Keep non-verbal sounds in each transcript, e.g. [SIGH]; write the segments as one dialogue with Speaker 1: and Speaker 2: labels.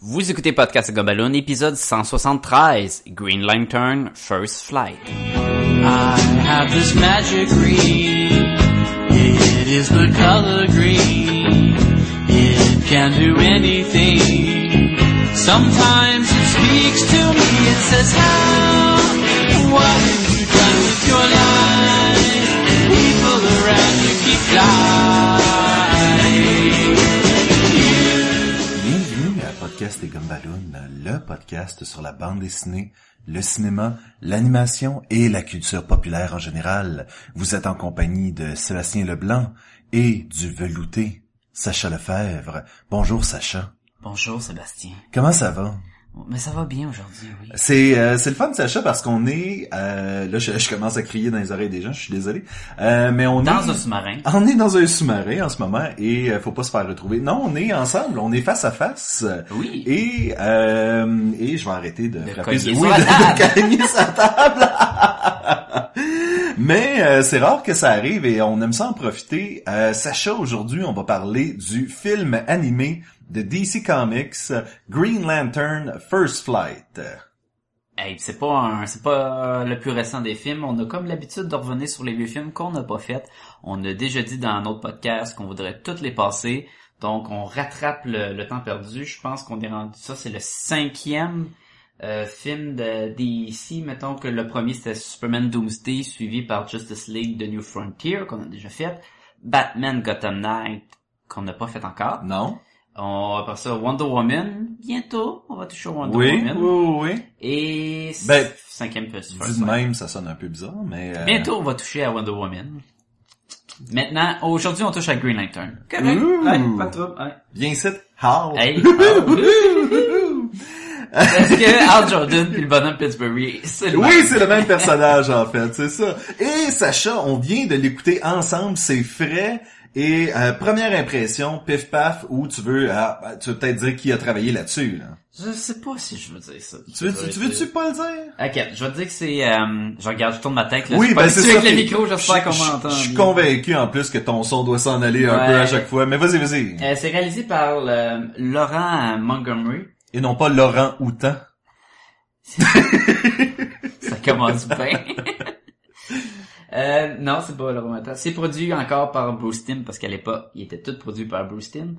Speaker 1: Vous écoutez Podcast Gobelin, épisode 173, Green Lantern First Flight.
Speaker 2: I have this magic green. It is the color green. It can do anything. Sometimes it speaks to me and says, How? What have you done with your life? People around you keep dying.
Speaker 3: Bienvenue à Podcast et Gumballoon, le podcast sur la bande dessinée, le cinéma, l'animation et la culture populaire en général. Vous êtes en compagnie de Sébastien Leblanc et du velouté Sacha Lefebvre. Bonjour Sacha.
Speaker 1: Bonjour Sébastien.
Speaker 3: Comment ça va?
Speaker 1: Mais ça va bien aujourd'hui, oui.
Speaker 3: C'est euh, c'est le fun Sacha parce qu'on est euh, là je, je commence à crier dans les oreilles des gens, je suis désolé. Euh, mais on
Speaker 1: Dans
Speaker 3: est
Speaker 1: un sous-marin.
Speaker 3: on est dans un sous-marin en ce moment et euh, faut pas se faire retrouver. Non, on est ensemble, on est face à face.
Speaker 1: Oui.
Speaker 3: Et, euh, et je vais arrêter de,
Speaker 1: De
Speaker 3: frapper
Speaker 1: cogner
Speaker 3: oui,
Speaker 1: sur
Speaker 3: de,
Speaker 1: la
Speaker 3: de [LAUGHS] cogner sur la table. [LAUGHS] Mais euh, c'est rare que ça arrive et on aime ça en profiter. Euh, Sacha, aujourd'hui, on va parler du film animé de DC Comics, Green Lantern First Flight.
Speaker 1: Hey, c'est pas un- c'est pas euh, le plus récent des films. On a comme l'habitude de revenir sur les vieux films qu'on n'a pas fait. On a déjà dit dans un autre podcast qu'on voudrait toutes les passer. Donc, on rattrape le, le temps perdu. Je pense qu'on est rendu ça. C'est le cinquième euh, film de DC. Mettons que le premier, c'était Superman Doomsday, suivi par Justice League The New Frontier, qu'on a déjà fait. Batman Gotham Knight, qu'on n'a pas fait encore.
Speaker 3: Non?
Speaker 1: On va passer à Wonder Woman. Bientôt, on va toucher au Wonder
Speaker 3: Oui, oui,
Speaker 1: Woman.
Speaker 3: oui. oui.
Speaker 1: Et
Speaker 3: Ben,
Speaker 1: c- cinquième First
Speaker 3: Dit
Speaker 1: First
Speaker 3: de
Speaker 1: Flight.
Speaker 3: même, ça sonne un peu bizarre, mais... euh,
Speaker 1: Bientôt, on va toucher à Wonder Woman. Maintenant, aujourd'hui, on touche à Green Lantern.
Speaker 3: Correct. Ouh. Ouais, pas de
Speaker 1: trouble.
Speaker 3: Viens ici, how?
Speaker 1: Hey, ah
Speaker 3: [LAUGHS]
Speaker 1: Hal. Est-ce que Al Jordan puis le bonhomme Pittsburgh, c'est le
Speaker 3: Oui,
Speaker 1: même?
Speaker 3: c'est le même personnage en fait, c'est ça. Et Sacha, on vient de l'écouter ensemble, c'est frais. Et euh, première impression, pif paf, ou tu veux, ah, bah, tu veux peut-être dire qui a travaillé là-dessus. Là.
Speaker 1: Je sais pas si je veux dire ça.
Speaker 3: Tu veux, tu, tu veux-tu pas le dire
Speaker 1: Ok, je vais te dire que c'est... euh, je regarde, je tourne ma tête. Là. Je
Speaker 3: Oui,
Speaker 1: suis pas
Speaker 3: ben c'est
Speaker 1: habitué
Speaker 3: ça.
Speaker 1: avec le
Speaker 3: puis
Speaker 1: micro, j'espère
Speaker 3: je-
Speaker 1: qu'on
Speaker 3: je-
Speaker 1: m'entend
Speaker 3: Je suis
Speaker 1: bien.
Speaker 3: convaincu en plus que ton son doit s'en aller un peu
Speaker 1: Ouais.
Speaker 3: à chaque fois. Mais vas-y, vas-y.
Speaker 1: Euh, c'est réalisé par euh, Laurent Montgomery.
Speaker 3: Et non pas Laurent Houtan.
Speaker 1: Ça commence bien. [LAUGHS] Euh, non, c'est pas le romantin. C'est produit encore par Bruce Timm parce qu'à l'époque, il était tout produit par Bruce Timm.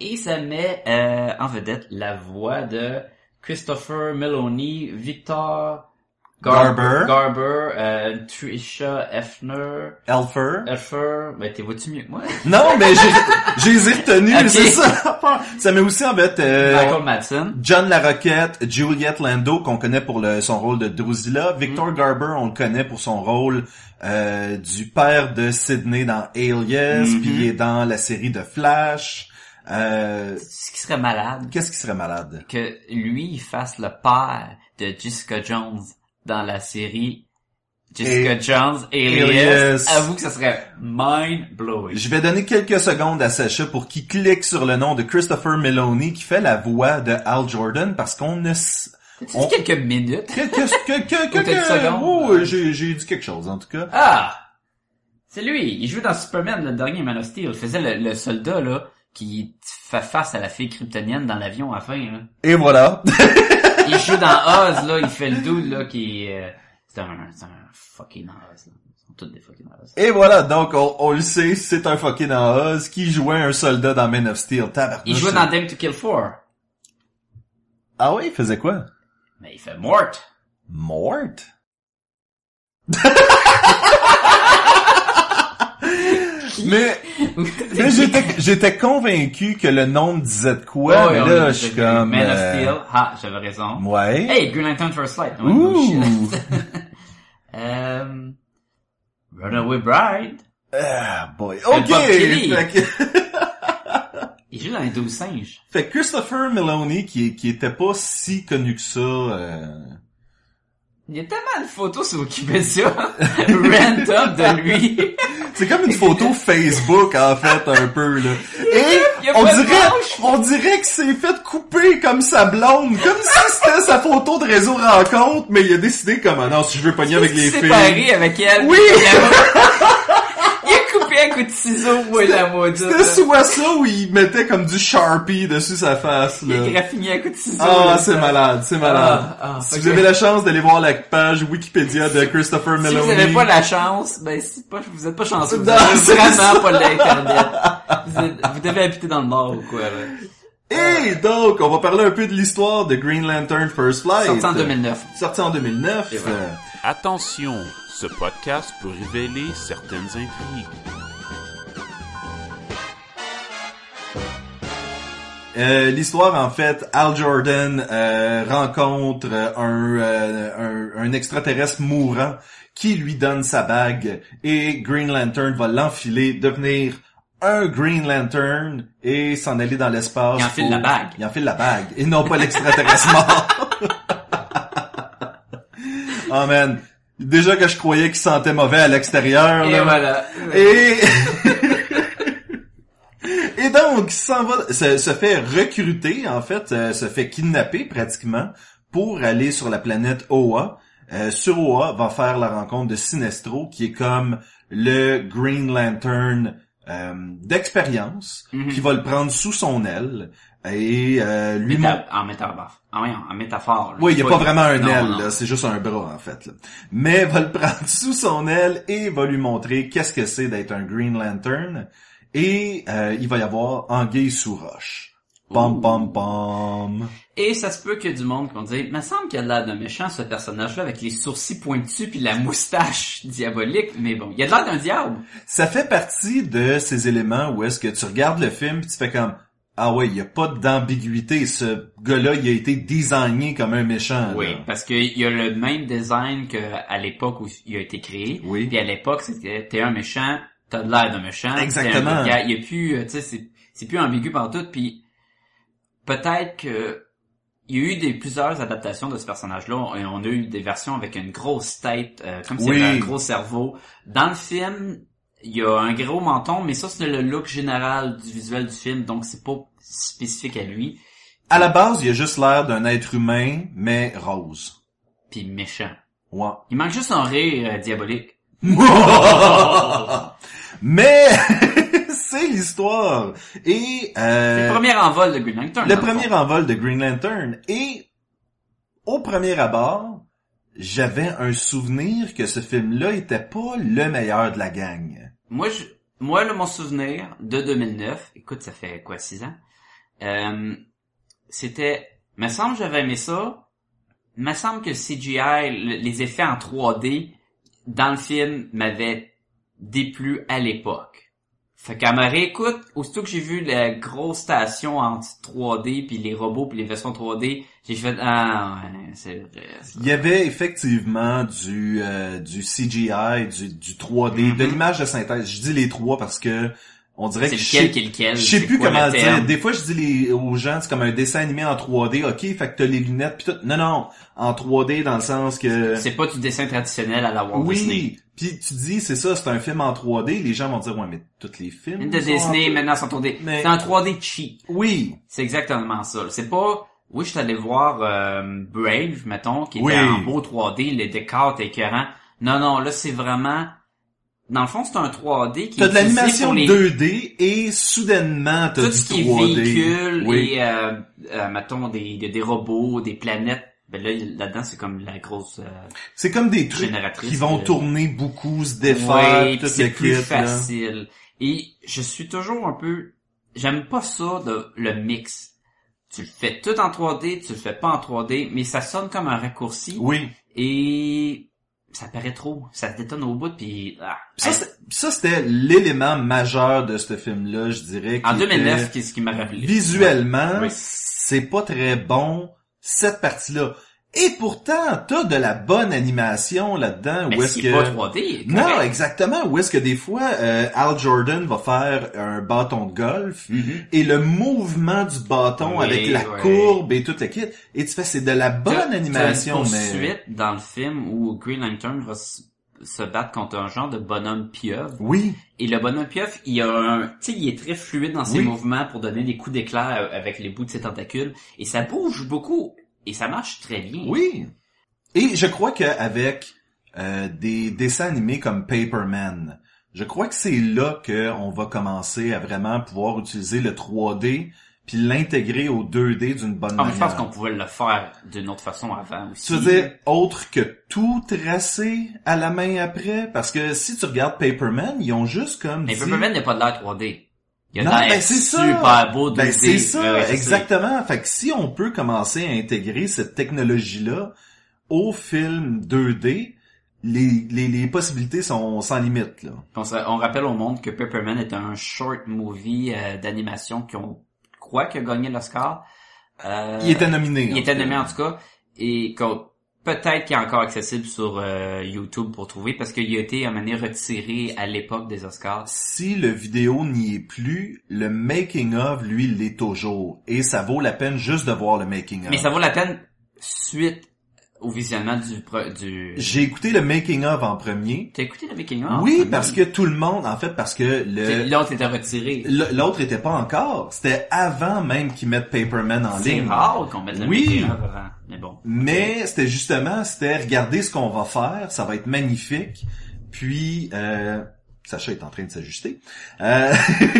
Speaker 1: Et ça met euh, en vedette la voix de Christopher Meloni, Victor Gar-
Speaker 3: Garber.
Speaker 1: Garber euh, Trisha Effner,
Speaker 3: Elfer.
Speaker 1: Effer. Ben, t'es vois-tu mieux que moi?
Speaker 3: Non, mais j'ai- j'ai les ai retenus,
Speaker 1: [LAUGHS] Ok.
Speaker 3: c'est ça. Ça met aussi en fait... euh,
Speaker 1: Michael Madsen.
Speaker 3: John Larroquette, Juliette Lando, qu'on connaît pour le- son rôle de
Speaker 1: Mm-hmm.
Speaker 3: Drusilla. Victor Garber, on le connaît pour son rôle euh, du père de Sydney dans Alias,
Speaker 1: Mhm.
Speaker 3: puis il est dans la série de Flash. Euh,
Speaker 1: Ce qui serait malade,
Speaker 3: Qu'est-ce qui serait malade?
Speaker 1: que lui il fasse le père de Jessica Jones dans la série Jessica Jones Alias.
Speaker 3: Alias.
Speaker 1: Avoue que ça serait mind blowing.
Speaker 3: Je vais donner quelques secondes à Sacha pour qu'il clique sur le nom de Christopher Meloni qui fait la voix de Al Jordan parce qu'on ne... s- on-
Speaker 1: Quelques minutes.
Speaker 3: Quelques... quelques,
Speaker 1: [LAUGHS] Ou quelques secondes.
Speaker 3: Oh, j'ai j'ai dit quelque chose en tout cas.
Speaker 1: Ah, c'est lui. Il jouait dans Superman le dernier Man of Steel. Il faisait le, le soldat là qui fait face à la fille kryptonienne dans l'avion à la fin. Là.
Speaker 3: Et voilà.
Speaker 1: Il joue dans Oz là. Il fait le dude là qui euh, c'est un, c'est un fucking Oz. Là. Ils sont tous des fucking Oz.
Speaker 3: Et voilà, donc on, on le sait, c'est un fucking dans Oz qui jouait un soldat dans Man of Steel. Tabarnouche.
Speaker 1: Il jouait dans Dame to Kill 4.
Speaker 3: Ah oui, il faisait quoi?
Speaker 1: Mais il fait Mort. [LAUGHS]
Speaker 3: Mort? mais mais j'étais j'étais convaincu que le nom me disait de quoi,
Speaker 1: Ouais,
Speaker 3: mais
Speaker 1: Oh, on
Speaker 3: là,
Speaker 1: a
Speaker 3: je suis
Speaker 1: dit
Speaker 3: comme...
Speaker 1: Man of
Speaker 3: euh,
Speaker 1: Steel. Ah, j'avais raison.
Speaker 3: Ouais.
Speaker 1: Hey, Green Lantern First Light. Ouais, no
Speaker 3: Ouh!
Speaker 1: shit. Euh, Runaway Bride.
Speaker 3: [LAUGHS] ah, boy.
Speaker 1: Bob
Speaker 3: OK!
Speaker 1: Kelly.
Speaker 3: Fait que-
Speaker 1: Il joue dans les 12 singes.
Speaker 3: Fait que Christopher Meloni, qui, qui était pas si connu que ça... euh,
Speaker 1: Il y a tellement de photos sur
Speaker 3: [LAUGHS]
Speaker 1: Wikipédia. Random de lui.
Speaker 3: C'est comme
Speaker 1: [LAUGHS]
Speaker 3: une photo Facebook en fait un peu là.
Speaker 1: y
Speaker 3: Et
Speaker 1: a
Speaker 3: on
Speaker 1: pas de
Speaker 3: dirait
Speaker 1: manche.
Speaker 3: on dirait que c'est fait couper comme sa blonde, comme si c'était sa photo de réseau rencontre, mais il a décidé comme ah non, si je veux pogner avec
Speaker 1: Il
Speaker 3: les
Speaker 1: s'est
Speaker 3: filles.
Speaker 1: séparé avec elle.
Speaker 3: Oui.
Speaker 1: Il a coupé avec coup de ciseau, ouais, la maudite.
Speaker 3: C'était soit ça ou il mettait comme du Sharpie dessus sa face, là.
Speaker 1: Il graffiné à coup de ciseau.
Speaker 3: Ah,
Speaker 1: là,
Speaker 3: c'est
Speaker 1: ça.
Speaker 3: malade, c'est malade.
Speaker 1: Ah, ah,
Speaker 3: si
Speaker 1: ok.
Speaker 3: vous avez la chance d'aller voir la page Wikipédia de Christopher
Speaker 1: Si
Speaker 3: Meloni.
Speaker 1: vous n'avez pas la chance, ben c'est pas, vous êtes pas chanceux. Vous
Speaker 3: Non,
Speaker 1: avez
Speaker 3: Ah, c'est
Speaker 1: vraiment pas l'internet. Vous, êtes- vous devez habiter dans le nord ou quoi. Là.
Speaker 3: Et donc, on va parler un peu de l'histoire de Green Lantern First Flight.
Speaker 1: Sorti en 2009.
Speaker 3: Sorti en 2009.
Speaker 1: Et voilà.
Speaker 3: Euh,
Speaker 4: Attention, ce podcast peut révéler certaines intrigues.
Speaker 3: Euh, l'histoire en fait, Al Jordan euh, rencontre euh, un, euh, un un extraterrestre mourant qui lui donne sa bague et Green Lantern va l'enfiler, devenir un Green Lantern et s'en aller dans l'espace.
Speaker 1: Il enfile la bague.
Speaker 3: Il enfile la bague et non pas
Speaker 1: [LAUGHS]
Speaker 3: l'extraterrestre mort. oh man. Déjà que je croyais qu'il sentait mauvais à l'extérieur.
Speaker 1: Et
Speaker 3: là.
Speaker 1: voilà.
Speaker 3: Et... [LAUGHS] Et donc, il s'en va, se, se fait recruter, en fait, euh, se fait kidnapper pratiquement pour aller sur la planète Oa. Euh, sur Oa, va faire la rencontre de Sinestro, qui est comme le Green Lantern euh, d'expérience,
Speaker 1: Mhm.
Speaker 3: qui va le prendre sous son aile et euh, lui...
Speaker 1: Méta-
Speaker 3: mon-
Speaker 1: en métaphore. Ah oui, en métaphore. là.
Speaker 3: oui, il n'y a pas vraiment un
Speaker 1: Non,
Speaker 3: aile,
Speaker 1: non.
Speaker 3: là, c'est juste un bras en fait. là. Mais va le prendre [LAUGHS] sous son aile et va lui montrer qu'est-ce que c'est d'être un Green Lantern. Et euh, il va y avoir Anguille sous roche. Pom
Speaker 1: Ouh.
Speaker 3: pom pom.
Speaker 1: Et ça se peut qu'il y ait du monde qui vont dire, mais il semble qu'il a de l'air d'un méchant, ce personnage-là, avec les sourcils pointus puis la moustache diabolique. Mais bon, il a de l'air d'un diable.
Speaker 3: Ça fait partie de ces éléments où est-ce que tu regardes le film pis tu fais comme ah ouais, il y a pas d'ambiguïté. Ce gars-là, il a été designé comme un méchant.
Speaker 1: Oui,
Speaker 3: là.
Speaker 1: parce qu'il y a le même design qu'à l'époque où il a été créé.
Speaker 3: Oui.
Speaker 1: Puis à l'époque, c'était t'es un méchant, t'as de l'air d'un méchant.
Speaker 3: Exactement.
Speaker 1: T'es un- Il y a, il y a plus, euh, tu sais, c'est- c'est plus ambigu partout. Puis peut-être que il y a eu des plusieurs adaptations de ce personnage-là. Et on a eu des versions avec une grosse tête, euh, comme s'il
Speaker 3: Oui.
Speaker 1: y avait un gros cerveau. Dans le film, il y a un gros menton, mais ça c'est le look général du visuel du film, donc c'est pas spécifique à lui.
Speaker 3: À la base, il a juste l'air d'un être humain, mais rose.
Speaker 1: Puis méchant.
Speaker 3: Ouais.
Speaker 1: Il manque juste un rire euh, diabolique.
Speaker 3: [LAUGHS] Mais c'est l'histoire. Et euh,
Speaker 1: Le premier envol de Green Lantern.
Speaker 3: le
Speaker 1: dans
Speaker 3: premier
Speaker 1: fond.
Speaker 3: envol de Green Lantern. Et au premier abord, j'avais un souvenir que ce film-là était pas le meilleur de la gang.
Speaker 1: Moi, je, moi, là, mon souvenir de 2009, écoute, ça fait quoi, 6 ans? Euh, c'était, me semble que j'avais aimé ça. Me semble que le CGI, le- les effets en 3D dans le film m'avaient déplu à l'époque. Fait qu'à ma réécoute, aussitôt que j'ai vu la grosse station entre 3D puis les robots puis les versions 3D, j'ai fait ah ouais, c'est vrai. ça.
Speaker 3: Il y avait effectivement du euh, du CGI, du, du 3D, de
Speaker 1: Mhm.
Speaker 3: l'image de synthèse. Je dis les trois parce que on dirait
Speaker 1: C'est
Speaker 3: que
Speaker 1: lequel
Speaker 3: je-
Speaker 1: qui est lequel?
Speaker 3: Je sais
Speaker 1: c'est
Speaker 3: plus
Speaker 1: quoi le
Speaker 3: comment dire.
Speaker 1: terme.
Speaker 3: Des fois, je dis les, aux gens, c'est comme un dessin animé en 3D. Ok, fait que t'as les lunettes pis tout. Non, non, en 3D dans le sens que...
Speaker 1: C'est pas du dessin traditionnel à la Walt Disney.
Speaker 3: Oui, puis tu dis, c'est ça, c'est un film en 3D. Les gens vont dire, ouais, mais tous les films...
Speaker 1: Une de
Speaker 3: sont
Speaker 1: Disney
Speaker 3: en-
Speaker 1: maintenant sont tournés.
Speaker 3: Mais-
Speaker 1: C'est en 3D cheap.
Speaker 3: Oui,
Speaker 1: C'est exactement ça. C'est pas... Oui, je suis allé voir euh, Brave, mettons, qui
Speaker 3: Oui.
Speaker 1: était en beau 3D, les décors étaient écœurants. Non, non, là, c'est vraiment... Dans le fond, c'est un 3D qui
Speaker 3: t'as de
Speaker 1: est utilisé
Speaker 3: l'animation
Speaker 1: pour les...
Speaker 3: 2D et soudainement, t'as
Speaker 1: Tout
Speaker 3: du
Speaker 1: ce qui
Speaker 3: 3D.
Speaker 1: est véhicule
Speaker 3: oui.
Speaker 1: et, euh, euh, mettons, des, des, des robots, des planètes. Ben là, là-dedans, c'est comme la grosse... euh,
Speaker 3: C'est comme des trucs
Speaker 1: Génératrice
Speaker 3: qui vont
Speaker 1: de-
Speaker 3: tourner beaucoup, se défaire,
Speaker 1: Oui,
Speaker 3: tout
Speaker 1: puis
Speaker 3: le
Speaker 1: c'est plus
Speaker 3: kit, là.
Speaker 1: facile. Et je suis toujours un peu... J'aime pas ça, de, le mix. Tu le fais tout en 3D, tu le fais pas en 3D, mais ça sonne comme un raccourci.
Speaker 3: Oui.
Speaker 1: Et ça paraît trop. Ça te détonne au bout, puis... ah.
Speaker 3: Ça, c'est- ça, c'était l'élément majeur de ce film-là, je dirais.
Speaker 1: en
Speaker 3: qui était-
Speaker 1: 2009, qu'est-ce qui m'a rappelé?
Speaker 3: Visuellement,
Speaker 1: Oui.
Speaker 3: c'est pas très bon, cette partie-là. Et pourtant, t'as de la bonne animation là-dedans,
Speaker 1: Ben, Mais
Speaker 3: où est-ce
Speaker 1: c'est
Speaker 3: que...
Speaker 1: pas 3D,
Speaker 3: non,
Speaker 1: correct.
Speaker 3: exactement. Où est-ce que des fois, euh, Al Jordan va faire un bâton de golf
Speaker 1: Mhm.
Speaker 3: et le mouvement du bâton
Speaker 1: Oui,
Speaker 3: avec la
Speaker 1: oui.
Speaker 3: courbe et tout le kit, et tu fais c'est de la
Speaker 1: T'as-
Speaker 3: bonne
Speaker 1: t'as
Speaker 3: animation,
Speaker 1: une
Speaker 3: mais
Speaker 1: poursuite dans le film où Green Lantern va s- se battre contre un genre de bonhomme pieuvre.
Speaker 3: oui,
Speaker 1: Et le bonhomme pieuf, il a un, tu sais, il est très fluide dans ses
Speaker 3: Oui.
Speaker 1: mouvements pour donner des coups d'éclair avec les bouts de ses tentacules. Et ça bouge beaucoup. Et ça marche très bien.
Speaker 3: oui. Et je crois qu'avec euh, des dessins animés comme Paperman, Je crois que c'est là qu'on va commencer à vraiment pouvoir utiliser le 3D puis l'intégrer au 2D d'une bonne
Speaker 1: Ah, mais
Speaker 3: manière.
Speaker 1: je pense qu'on pouvait le faire d'une autre façon avant aussi.
Speaker 3: Tu veux dire autre que tout tracer à la main après? Parce que si tu regardes Paperman, ils ont juste comme
Speaker 1: Mais
Speaker 3: dit-
Speaker 1: Paperman n'a pas de l'air 3D. Il a
Speaker 3: Non,
Speaker 1: de l'air
Speaker 3: ben, c'est ça.
Speaker 1: super beau 2D.
Speaker 3: Ben, c'est
Speaker 1: Ouais,
Speaker 3: ça,
Speaker 1: ouais, je sais.
Speaker 3: exactement. Fait que si on peut commencer à intégrer cette technologie-là au film 2D, les, les, les possibilités sont sans limite, là.
Speaker 1: On, se- on rappelle au monde que Pepperman est un short movie euh, d'animation qui on croit qu'il a gagné l'Oscar. Euh,
Speaker 3: Il était nominé.
Speaker 1: il
Speaker 3: en
Speaker 1: était
Speaker 3: tout cas.
Speaker 1: nommé en tout cas et qu'on- peut-être qu'il est encore accessible sur euh, YouTube pour trouver parce qu'il a été à un moment donné, retiré à l'époque des Oscars.
Speaker 3: Si le vidéo n'y est plus, le making of, lui, l'est toujours. Et ça vaut la peine juste de voir le making of.
Speaker 1: Mais ça vaut la peine suite au visionnement du pro- du.
Speaker 3: J'ai écouté le making of en premier.
Speaker 1: T'as écouté la Viking Noire?
Speaker 3: oui, parce que tout le monde, en fait, parce que euh,
Speaker 1: T'sais,
Speaker 3: le,
Speaker 1: L'autre était retiré.
Speaker 3: l- l'autre était pas encore. C'était avant même qu'ils mettent Paperman en
Speaker 1: C'est
Speaker 3: ligne.
Speaker 1: rare qu'on mette la
Speaker 3: Oui.
Speaker 1: Viking Noire avant. Mais bon.
Speaker 3: Mais c'était justement, c'était regarder ce qu'on va faire, ça va être magnifique. Puis euh, Sacha est en train de s'ajuster. Euh,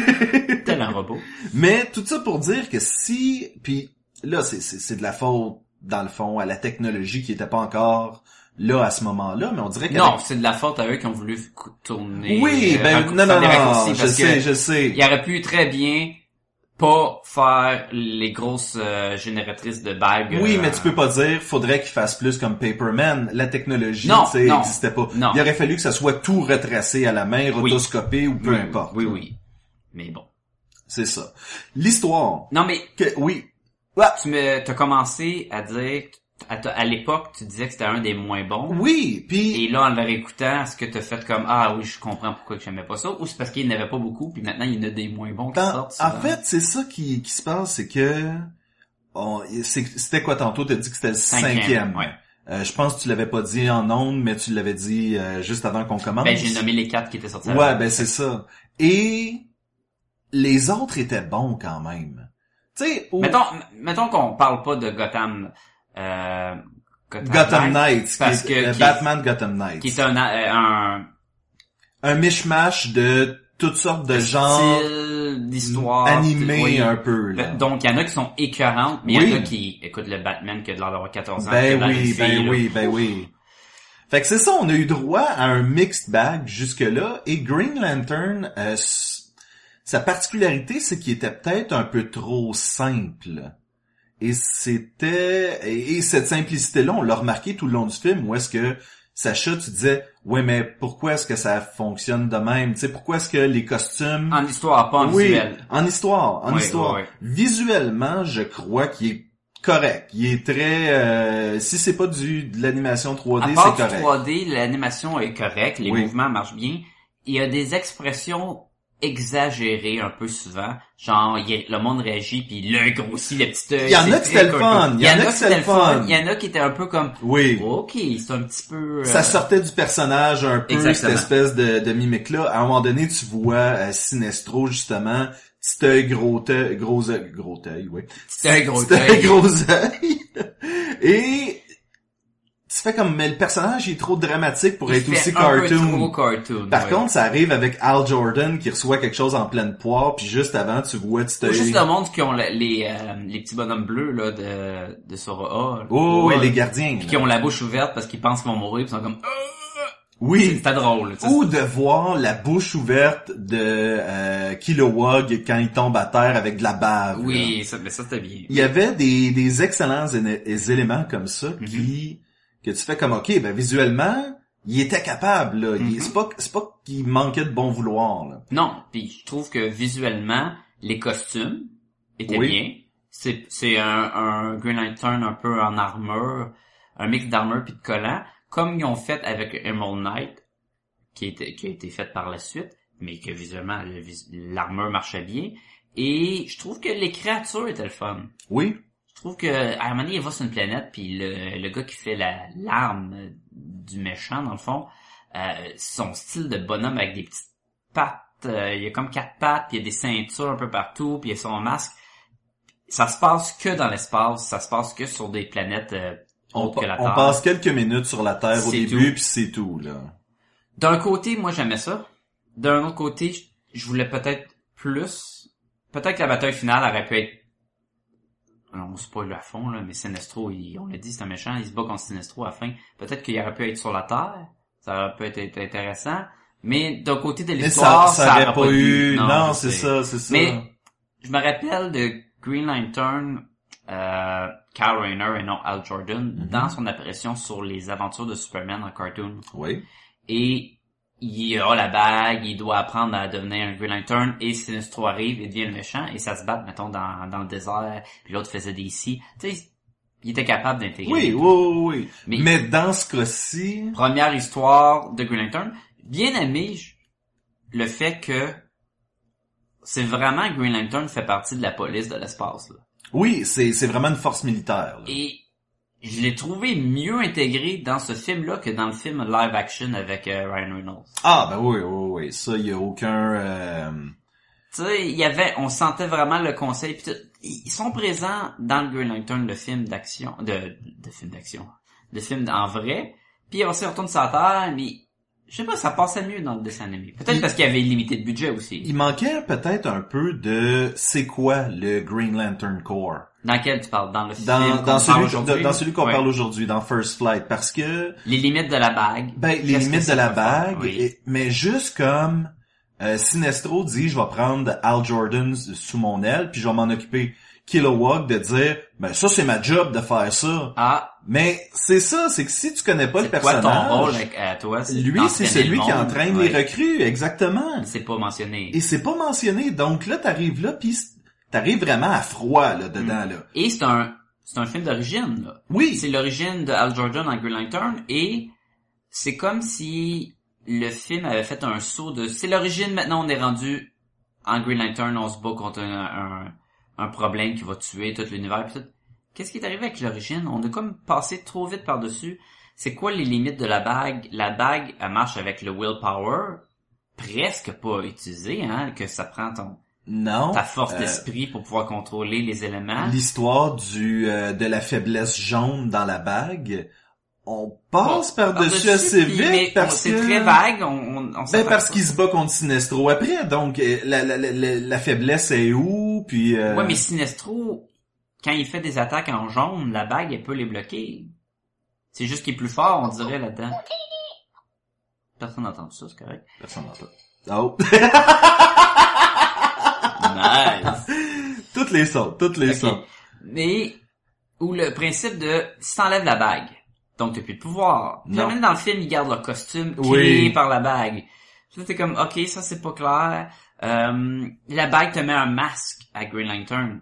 Speaker 3: [LAUGHS]
Speaker 1: Tel un robot.
Speaker 3: mais tout ça pour dire que si, puis là c'est- c'est c'est de la faute dans le fond à la technologie qui était pas encore là à ce moment-là, mais on dirait que
Speaker 1: Non, c'est de la faute à eux qui ont voulu f- cou- tourner.
Speaker 3: oui,
Speaker 1: euh,
Speaker 3: ben
Speaker 1: raccour-
Speaker 3: non
Speaker 1: faire
Speaker 3: non
Speaker 1: des raccourcis
Speaker 3: non, je
Speaker 1: parce que
Speaker 3: sais, je sais.
Speaker 1: Il aurait pu très bien pas faire les grosses euh, génératrices de bagues.
Speaker 3: Oui,
Speaker 1: euh,
Speaker 3: mais tu peux pas dire, faudrait qu'il fasse plus comme Paperman. La technologie,
Speaker 1: Non,
Speaker 3: tu sais,
Speaker 1: non,
Speaker 3: n'existait pas.
Speaker 1: non.
Speaker 3: Il aurait fallu que ça soit tout retracé à la main,
Speaker 1: Oui.
Speaker 3: rotoscopé ou peu
Speaker 1: oui,
Speaker 3: importe.
Speaker 1: Oui, oui. Mais bon.
Speaker 3: C'est ça. L'histoire.
Speaker 1: Non, mais
Speaker 3: Que, oui.
Speaker 1: tu me, t'as commencé à dire, à, t- à l'époque, tu disais que c'était un des moins bons.
Speaker 3: Oui. Puis,
Speaker 1: Et là, en le réécoutant, est-ce que t'as fait comme, ah oui, je comprends pourquoi que j'aimais pas ça, ou c'est parce qu'il n'y en avait pas beaucoup, puis maintenant il y en a des moins bons qui
Speaker 3: dans-
Speaker 1: sortent.
Speaker 3: en
Speaker 1: souvent.
Speaker 3: fait, c'est ça qui, qui se passe, c'est que, on- c'est- c'était quoi tantôt? T'as dit que c'était le cinquième.
Speaker 1: ouais.
Speaker 3: Euh, je pense que tu l'avais pas dit en ondes, mais tu l'avais dit euh, juste avant qu'on commence.
Speaker 1: Ben, j'ai nommé les quatre qui étaient sortis.
Speaker 3: Ouais, ben c'est ça. Et les autres étaient bons quand même. Tu sais, au-
Speaker 1: Mettons, m- mettons qu'on parle pas de Gotham, euh, Gotham,
Speaker 3: Gotham
Speaker 1: Knights,
Speaker 3: Knights,
Speaker 1: parce
Speaker 3: qui
Speaker 1: que-
Speaker 3: est, euh,
Speaker 1: qui-
Speaker 3: Batman Gotham Knights.
Speaker 1: qui est un, euh, un
Speaker 3: Un mishmash de toutes sortes de genres
Speaker 1: style d'histoire
Speaker 3: animés
Speaker 1: oui. Ben,
Speaker 3: un peu. là.
Speaker 1: Donc, il y en a qui sont écœurantes, mais il y
Speaker 3: Oui.
Speaker 1: en a qui écoutent le Batman qui a de l'air d'avoir 14 ans. qui a de
Speaker 3: Ben
Speaker 1: l'air d'une
Speaker 3: oui, ben
Speaker 1: fille, là.
Speaker 3: oui, ben oui. Fait que c'est ça, on a eu droit à un mixed bag jusque-là, et Green Lantern, euh, s- sa particularité, c'est qu'il était peut-être un peu trop simple. Et c'était... Et, et cette simplicité-là, on l'a remarqué tout le long du film, où est-ce que, Sacha, tu disais, « Ouais, mais pourquoi est-ce que ça fonctionne de même? Tu sais, pourquoi est-ce que les costumes...
Speaker 1: En histoire, pas en
Speaker 3: oui,
Speaker 1: visuel.
Speaker 3: en histoire, en
Speaker 1: Oui,
Speaker 3: histoire.
Speaker 1: oui, oui.
Speaker 3: Visuellement, je crois qu'il est correct. Il est très euh, si c'est pas du de l'animation
Speaker 1: À
Speaker 3: 3D,
Speaker 1: part
Speaker 3: c'est
Speaker 1: du
Speaker 3: correct.
Speaker 1: 3D, l'animation est correcte, les
Speaker 3: Oui.
Speaker 1: mouvements marchent bien. Il y a des expressions exagérées un peu souvent, genre il y a- le monde réagit puis l'œil grossit, le petit œil.
Speaker 3: Il y en
Speaker 1: c'est
Speaker 3: a qui
Speaker 1: très
Speaker 3: c'était le
Speaker 1: cartoon.
Speaker 3: fun, il y en a qui c'était le fun.
Speaker 1: Il y en a qui étaient un peu comme
Speaker 3: Oui.
Speaker 1: OK, c'est un petit peu euh,
Speaker 3: Ça sortait du personnage un peu,
Speaker 1: Exactement.
Speaker 3: cette espèce de, de mimique-là. À un moment donné, tu vois euh, Sinestro, justement, petit œil, gros œil, gros œil, gros œil, oui.
Speaker 1: petit œil gros
Speaker 3: Petit œil,
Speaker 1: œil.
Speaker 3: gros œil. [LAUGHS] Et tu fais comme, mais le personnage, il est trop dramatique pour
Speaker 1: Il
Speaker 3: être
Speaker 1: fait
Speaker 3: aussi
Speaker 1: un peu
Speaker 3: cartoon.
Speaker 1: trop cartoon.
Speaker 3: Par
Speaker 1: ouais.
Speaker 3: contre, ça arrive avec Al Jordan qui reçoit quelque chose en pleine poire, puis juste avant, tu vois, tu te...
Speaker 1: Ou juste le monde qui ont la- les euh, les petits bonhommes bleus là de de Sora.
Speaker 3: Oh,
Speaker 1: ouais.
Speaker 3: et les gardiens.
Speaker 1: Puis
Speaker 3: là.
Speaker 1: qui ont la bouche ouverte parce qu'ils pensent qu'ils vont mourir, puis ils sont comme Ah! C'est-
Speaker 3: Oui.
Speaker 1: c'était drôle. là, tu sais.
Speaker 3: Ou de voir la bouche ouverte de euh, Kilowog quand il tombe à terre avec de la barre. là.
Speaker 1: Oui, ça, mais ça c'était bien.
Speaker 3: Il y avait des, des excellents éne- des éléments comme ça
Speaker 1: Mm-hmm.
Speaker 3: qui que tu fais comme OK, ben visuellement, il était capable. là. Il-
Speaker 1: Mhm.
Speaker 3: C'est pas c'est pas qu'il manquait de bon vouloir. Là.
Speaker 1: Non, puis je trouve que visuellement, les costumes étaient
Speaker 3: Oui.
Speaker 1: bien. C'est c'est un, un Green Lantern un peu en armure, un mix d'armure puis de collant, comme ils ont fait avec Emerald Knight, qui, était, qui a été faite par la suite, mais que visuellement, le vis- l'armure marchait bien. Et je trouve que les créatures étaient le fun.
Speaker 3: Oui.
Speaker 1: Je trouve que à un moment donné, il va sur une planète, puis le, le gars qui fait la l'arme du méchant, dans le fond, euh, son style de bonhomme avec des petites pattes, euh, il y a comme quatre pattes, puis il y a des ceintures un peu partout, puis il y a son masque. Ça se passe que dans l'espace, ça se passe que sur des planètes euh,
Speaker 3: On,
Speaker 1: autres que la
Speaker 3: on
Speaker 1: Terre.
Speaker 3: passe quelques minutes sur la Terre au
Speaker 1: C'est
Speaker 3: début,
Speaker 1: tout.
Speaker 3: puis c'est tout. là.
Speaker 1: D'un côté, moi j'aimais ça. d'un autre côté, je- je voulais peut-être plus. Peut-être que la bataille finale aurait pu être. Alors, on spoil à fond, là, mais Sinestro, il- on l'a dit, c'est un méchant, il se bat contre Sinestro à la fin. Peut-être qu'il aurait pu être sur la Terre. Ça aurait peut-être été intéressant. Mais d'un côté de
Speaker 3: Mais ça,
Speaker 1: l'histoire,
Speaker 3: ça,
Speaker 1: aurait
Speaker 3: aurait pas eu.
Speaker 1: dû.
Speaker 3: Non,
Speaker 1: je
Speaker 3: c'est
Speaker 1: sais.
Speaker 3: ça, c'est ça.
Speaker 1: Mais je me rappelle de Green Lantern, euh, Kyle Rayner et non Al Jordan,
Speaker 3: Mhm.
Speaker 1: dans son apparition sur les aventures de Superman en cartoon.
Speaker 3: Oui.
Speaker 1: Et il a la bague, il doit apprendre à devenir un Green Lantern, et Sinestro arrive, il devient le méchant, et ça se bat, mettons, dans, dans le désert, puis l'autre faisait des si. Tu sais, il était capable d'intégrer.
Speaker 3: Oui, oui, oui, oui. Mais,
Speaker 1: Mais-
Speaker 3: dans ce cas-ci,
Speaker 1: Première histoire de Green Lantern. Bien aimé, je- le fait que c'est vraiment Green Lantern fait partie de la police de l'espace, là.
Speaker 3: oui, c'est, c'est vraiment une force militaire. là.
Speaker 1: Et je l'ai trouvé mieux intégré dans ce film-là que dans le film live action avec euh, Ryan Reynolds.
Speaker 3: Ah, ben oui, oui, oui. Ça, il y a aucun... euh,
Speaker 1: Tu sais, il y avait, on sentait vraiment le conseil. Pis tout. Ils sont présents dans le Green Lantern, le film d'action, de, de film d'action, de film en vrai. Puis on s'y retourne sur la terre, mais je sais pas, ça passait mieux dans le dessin animé. Peut-être
Speaker 3: Il-
Speaker 1: parce qu'il y avait limité de budget aussi.
Speaker 3: Il manquait peut-être un peu de... C'est quoi le Green Lantern Corps?
Speaker 1: Dans quel tu parles Dans le film
Speaker 3: Dans,
Speaker 1: qu'on
Speaker 3: dans,
Speaker 1: parle
Speaker 3: celui,
Speaker 1: aujourd'hui?
Speaker 3: dans celui qu'on
Speaker 1: Ouais.
Speaker 3: parle aujourd'hui, dans First Flight. Parce que...
Speaker 1: Les limites de la bague.
Speaker 3: Ben, les
Speaker 1: Qu'est-ce que
Speaker 3: limites de
Speaker 1: ça
Speaker 3: la
Speaker 1: peut faire?
Speaker 3: bague,
Speaker 1: Oui.
Speaker 3: et- mais juste comme euh, Sinestro dit, je vais prendre Al Jordan s- sous mon aile, puis je vais m'en occuper. Kilowog de dire, ben ça c'est ma job de faire ça.
Speaker 1: Ah,
Speaker 3: Mais c'est ça, c'est que si tu connais pas le
Speaker 1: C'est quoi
Speaker 3: personnage,
Speaker 1: ton rôle à, à toi?
Speaker 3: lui c'est
Speaker 1: d'entraîner
Speaker 3: celui
Speaker 1: le
Speaker 3: qui
Speaker 1: monde.
Speaker 3: entraîne
Speaker 1: Ouais.
Speaker 3: les recrues, exactement.
Speaker 1: C'est pas mentionné.
Speaker 3: Et c'est pas mentionné, donc là t'arrives là, puis c- t'arrives vraiment à froid là dedans là.
Speaker 1: Et c'est un, c'est un film d'origine, là.
Speaker 3: Oui,
Speaker 1: Mm. C'est l'origine de Al Jordan en Green Lantern et c'est comme si le film avait fait un saut de, c'est l'origine, maintenant on est rendu en Green Lantern, on se bat contre un, un, un problème qui va tuer tout l'univers pis tout. Qu'est-ce qui est arrivé avec l'origine? On a comme passé trop vite par-dessus. C'est quoi les limites de la bague? La bague, elle marche avec le willpower. Presque pas utilisé, hein, que ça prend ton,
Speaker 3: non.
Speaker 1: ta force
Speaker 3: Euh,
Speaker 1: d'esprit pour pouvoir contrôler les éléments.
Speaker 3: l'histoire du euh, de la faiblesse jaune dans la bague, on passe
Speaker 1: Bon,
Speaker 3: par-dessus
Speaker 1: par-dessus,
Speaker 3: assez
Speaker 1: Ah, puis-
Speaker 3: vite
Speaker 1: mais on-
Speaker 3: parce
Speaker 1: c'est
Speaker 3: que
Speaker 1: très vague, on, on, on
Speaker 3: ben
Speaker 1: s'attaque
Speaker 3: parce
Speaker 1: pas.
Speaker 3: qu'il se bat contre Sinestro après, donc euh, la, la, la, la- la faiblesse est où puis euh,
Speaker 1: Ouais, mais Sinestro, quand il fait des attaques en jaune, la bague, elle peut les bloquer. C'est juste qu'il est plus fort, on dirait, là-dedans. Personne n'a entendu ça, c'est correct.
Speaker 3: personne n'entend. Oh, [LAUGHS]
Speaker 1: Nice!
Speaker 3: toutes les sautes, toutes les
Speaker 1: Ok.
Speaker 3: sautes.
Speaker 1: Mais, ou le principe de, si t'enlèves la bague, donc t'as plus de pouvoir. Puis là,
Speaker 3: Non.
Speaker 1: même dans le film, ils gardent leur costume créé
Speaker 3: Oui.
Speaker 1: par la bague. Puis là, t'es comme, ok, ça c'est pas clair. Euh, la bague te met un masque à Green Lantern.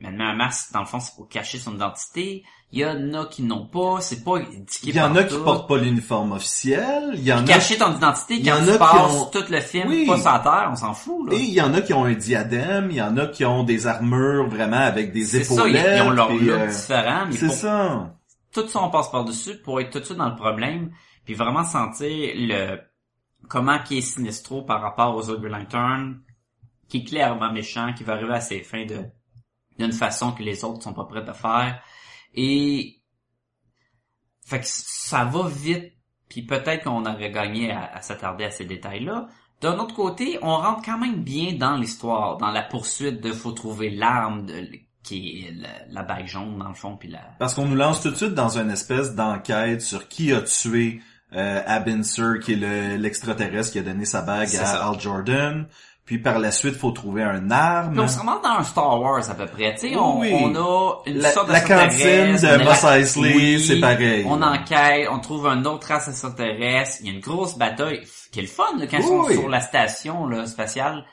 Speaker 1: Mais elle met un masque, dans le fond, c'est pour cacher son identité. Il y en a qui n'ont pas, c'est pas indiqué
Speaker 3: Il y en a qui
Speaker 1: partout.
Speaker 3: portent pas l'uniforme officiel, il y en a
Speaker 1: Cacher ton identité
Speaker 3: Il y
Speaker 1: quand
Speaker 3: en a
Speaker 1: tu
Speaker 3: qui
Speaker 1: passes
Speaker 3: ont-
Speaker 1: tout le film,
Speaker 3: Oui.
Speaker 1: pas sur la terre, on s'en fout, là.
Speaker 3: et il y en a qui ont un diadème, il y en a qui ont des armures vraiment avec des
Speaker 1: C'est ça, ils,
Speaker 3: épaulettes.
Speaker 1: ils ont leur
Speaker 3: puis,
Speaker 1: look
Speaker 3: euh,
Speaker 1: différent, mais
Speaker 3: c'est
Speaker 1: pour
Speaker 3: ça.
Speaker 1: tout ça on passe par dessus pour être tout de suite dans le problème puis vraiment sentir le comment qui est Sinestro par rapport aux autres Green Lantern qui est clairement méchant qui va arriver à ses fins de d'une façon que les autres sont pas prêts à faire et fait que ça va vite puis peut-être qu'on aurait gagné à, à s'attarder à ces détails là d'un autre côté on rentre quand même bien dans l'histoire dans la poursuite de faut trouver l'arme de qui est la, la bague jaune dans le fond puis la
Speaker 3: Parce qu'on nous lance tout de suite dans une espèce d'enquête sur qui a tué euh, Abinser, qui est le- l'extraterrestre qui a donné sa bague
Speaker 1: C'est
Speaker 3: à
Speaker 1: ça.
Speaker 3: Al Jordan. Puis par la suite, faut trouver un
Speaker 1: Puis
Speaker 3: arme.
Speaker 1: on se remonte dans un Star Wars à peu près. Tu sais, on,
Speaker 3: Oui.
Speaker 1: on a une
Speaker 3: La,
Speaker 1: sorte de
Speaker 3: la cantine
Speaker 1: extraterrestre, on
Speaker 3: de
Speaker 1: est
Speaker 3: Mos
Speaker 1: là-
Speaker 3: Eisley,
Speaker 1: Oui.
Speaker 3: c'est pareil.
Speaker 1: On enquête, on trouve un autre race extraterrestre. Il y a une grosse bataille f- qui est le fun là, quand ils
Speaker 3: Oui.
Speaker 1: sont sur la station là, spatiale.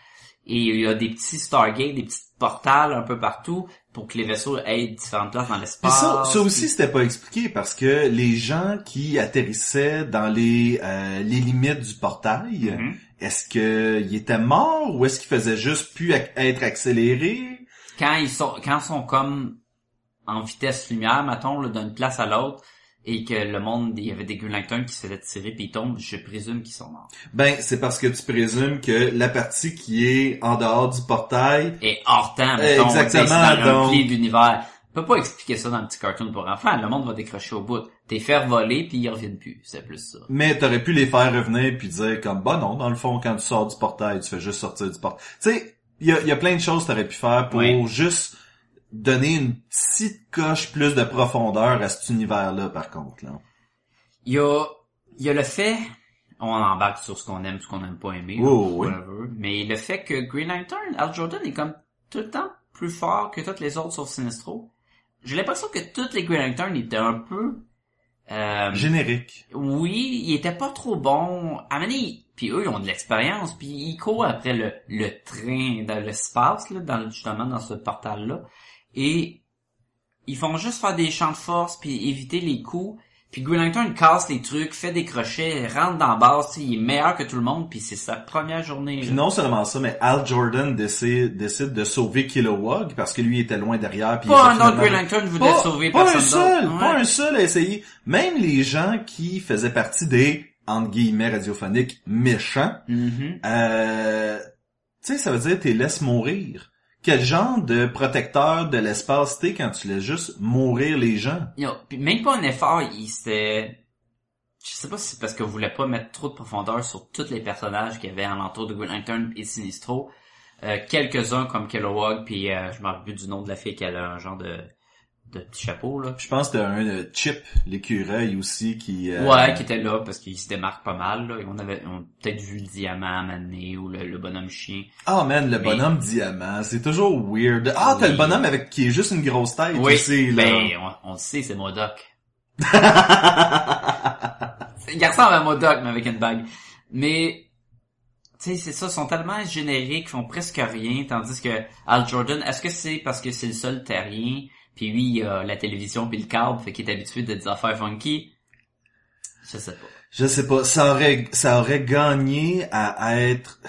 Speaker 1: Et il y a des petits Stargate, des petits portales un peu partout pour que les vaisseaux aient différentes places dans
Speaker 3: Puis
Speaker 1: l'espace.
Speaker 3: ça, ça aussi,
Speaker 1: Puis-
Speaker 3: c'était pas expliqué parce que les gens qui atterrissaient dans les euh, les limites du portail,
Speaker 1: Mhm.
Speaker 3: est-ce que ils étaient morts ou est-ce qu'ils faisaient juste plus ac- être accélérés?
Speaker 1: quand ils sont quand ils sont comme en vitesse lumière, mettons, là, d'une place à l'autre, et que le monde, il y avait des Green Lanterns qui se faisaient tirer puis ils tombent, je présume qu'ils sont morts.
Speaker 3: Ben, c'est parce que tu présumes que la partie qui est en dehors du portail,
Speaker 1: Et hors temps,
Speaker 3: Euh,
Speaker 1: mettons,
Speaker 3: exactement,
Speaker 1: c'est dans un
Speaker 3: donc-
Speaker 1: pli d'univers. peux pas expliquer ça dans le petit cartoon pour enfants. Le monde va décrocher au bout. T'es faire voler puis ils reviennent plus. C'est plus ça.
Speaker 3: Mais t'aurais pu les faire revenir puis dire comme bah non, dans le fond, quand tu sors du portail, tu fais juste sortir du portail. Tu sais, il y a, il y a plein de choses que t'aurais pu faire pour
Speaker 1: Oui.
Speaker 3: juste donner une petite coche plus de profondeur à cet univers-là, par contre. Là.
Speaker 1: Il y a, il y a le fait, on embarque sur ce qu'on aime, ce qu'on aime pas aimer,
Speaker 3: Oui, Oh, oui, oui.
Speaker 1: whatever, mais le fait que Green Lantern, Al Jordan est comme tout le temps plus fort que toutes les autres sauf Sinestro. J'ai l'impression que toutes les Green Lantern étaient un peu, euh,
Speaker 3: Générique.
Speaker 1: oui, ils étaient pas trop bons. À un moment donné, ils- puis eux, ils ont de l'expérience, puis ils courent après le, le train dans l'espace, là, dans, le- justement dans ce portal-là, et ils font juste faire des champs de force, puis éviter les coups, puis Green Lantern casse les trucs, fait des crochets, rentre dans la base, tu sais, il est meilleur que tout le monde, puis c'est sa première journée.
Speaker 3: Puis
Speaker 1: là.
Speaker 3: non seulement ça, mais Al Jordan décide, décide de sauver Kilowog parce que lui était loin derrière. Puis il
Speaker 1: Pas
Speaker 3: était
Speaker 1: un autre
Speaker 3: finalement-
Speaker 1: Green Lantern voulait
Speaker 3: pas,
Speaker 1: sauver
Speaker 3: pas
Speaker 1: personne
Speaker 3: un seul,
Speaker 1: d'autre.
Speaker 3: pas
Speaker 1: Ouais.
Speaker 3: un seul à essayer. Même les gens qui faisaient partie des entre guillemets radiophoniques méchants
Speaker 1: Mhm.
Speaker 3: Euh, tu sais, ça veut dire t'es laisse mourir. Quel genre de protecteur de l'espace t'es quand tu laisses juste mourir les gens?
Speaker 1: Yo, puis même pas un effort, il s'était... Je sais pas si c'est parce qu'on voulait pas mettre trop de profondeur sur tous les personnages qu'il y avait alentour de Green Lantern et Sinistro. Euh, quelques-uns comme Kellogg, puis euh, je m'en rappelle plus du nom de la fille qui a un genre de, de petit chapeau, là.
Speaker 3: Je pense que t'as un euh, Chip, l'écureuil aussi, qui... euh,
Speaker 1: Ouais, qui était là, parce qu'il se démarque pas mal, là. Et on avait on a peut-être vu le diamant à Mané ou le, le bonhomme chien.
Speaker 3: Ah man, le
Speaker 1: Mais-
Speaker 3: bonhomme diamant, c'est toujours weird. Ah, t'as
Speaker 1: Oui.
Speaker 3: le bonhomme avec qui est juste une grosse tête aussi, là.
Speaker 1: ben, on, on le sait, c'est
Speaker 3: [LAUGHS]
Speaker 1: Modoc. Il ressemble à Modoc, mais avec une bague. Mais, tu sais, c'est ça, ils sont tellement génériques, ils font presque rien, tandis que Al Jordan, est-ce que c'est parce que c'est le seul terrien, puis lui, il a la télévision puis le câble, fait qu'il est habitué de des affaires funky? Je sais pas.
Speaker 3: Je sais pas, ça aurait, ça aurait gagné à être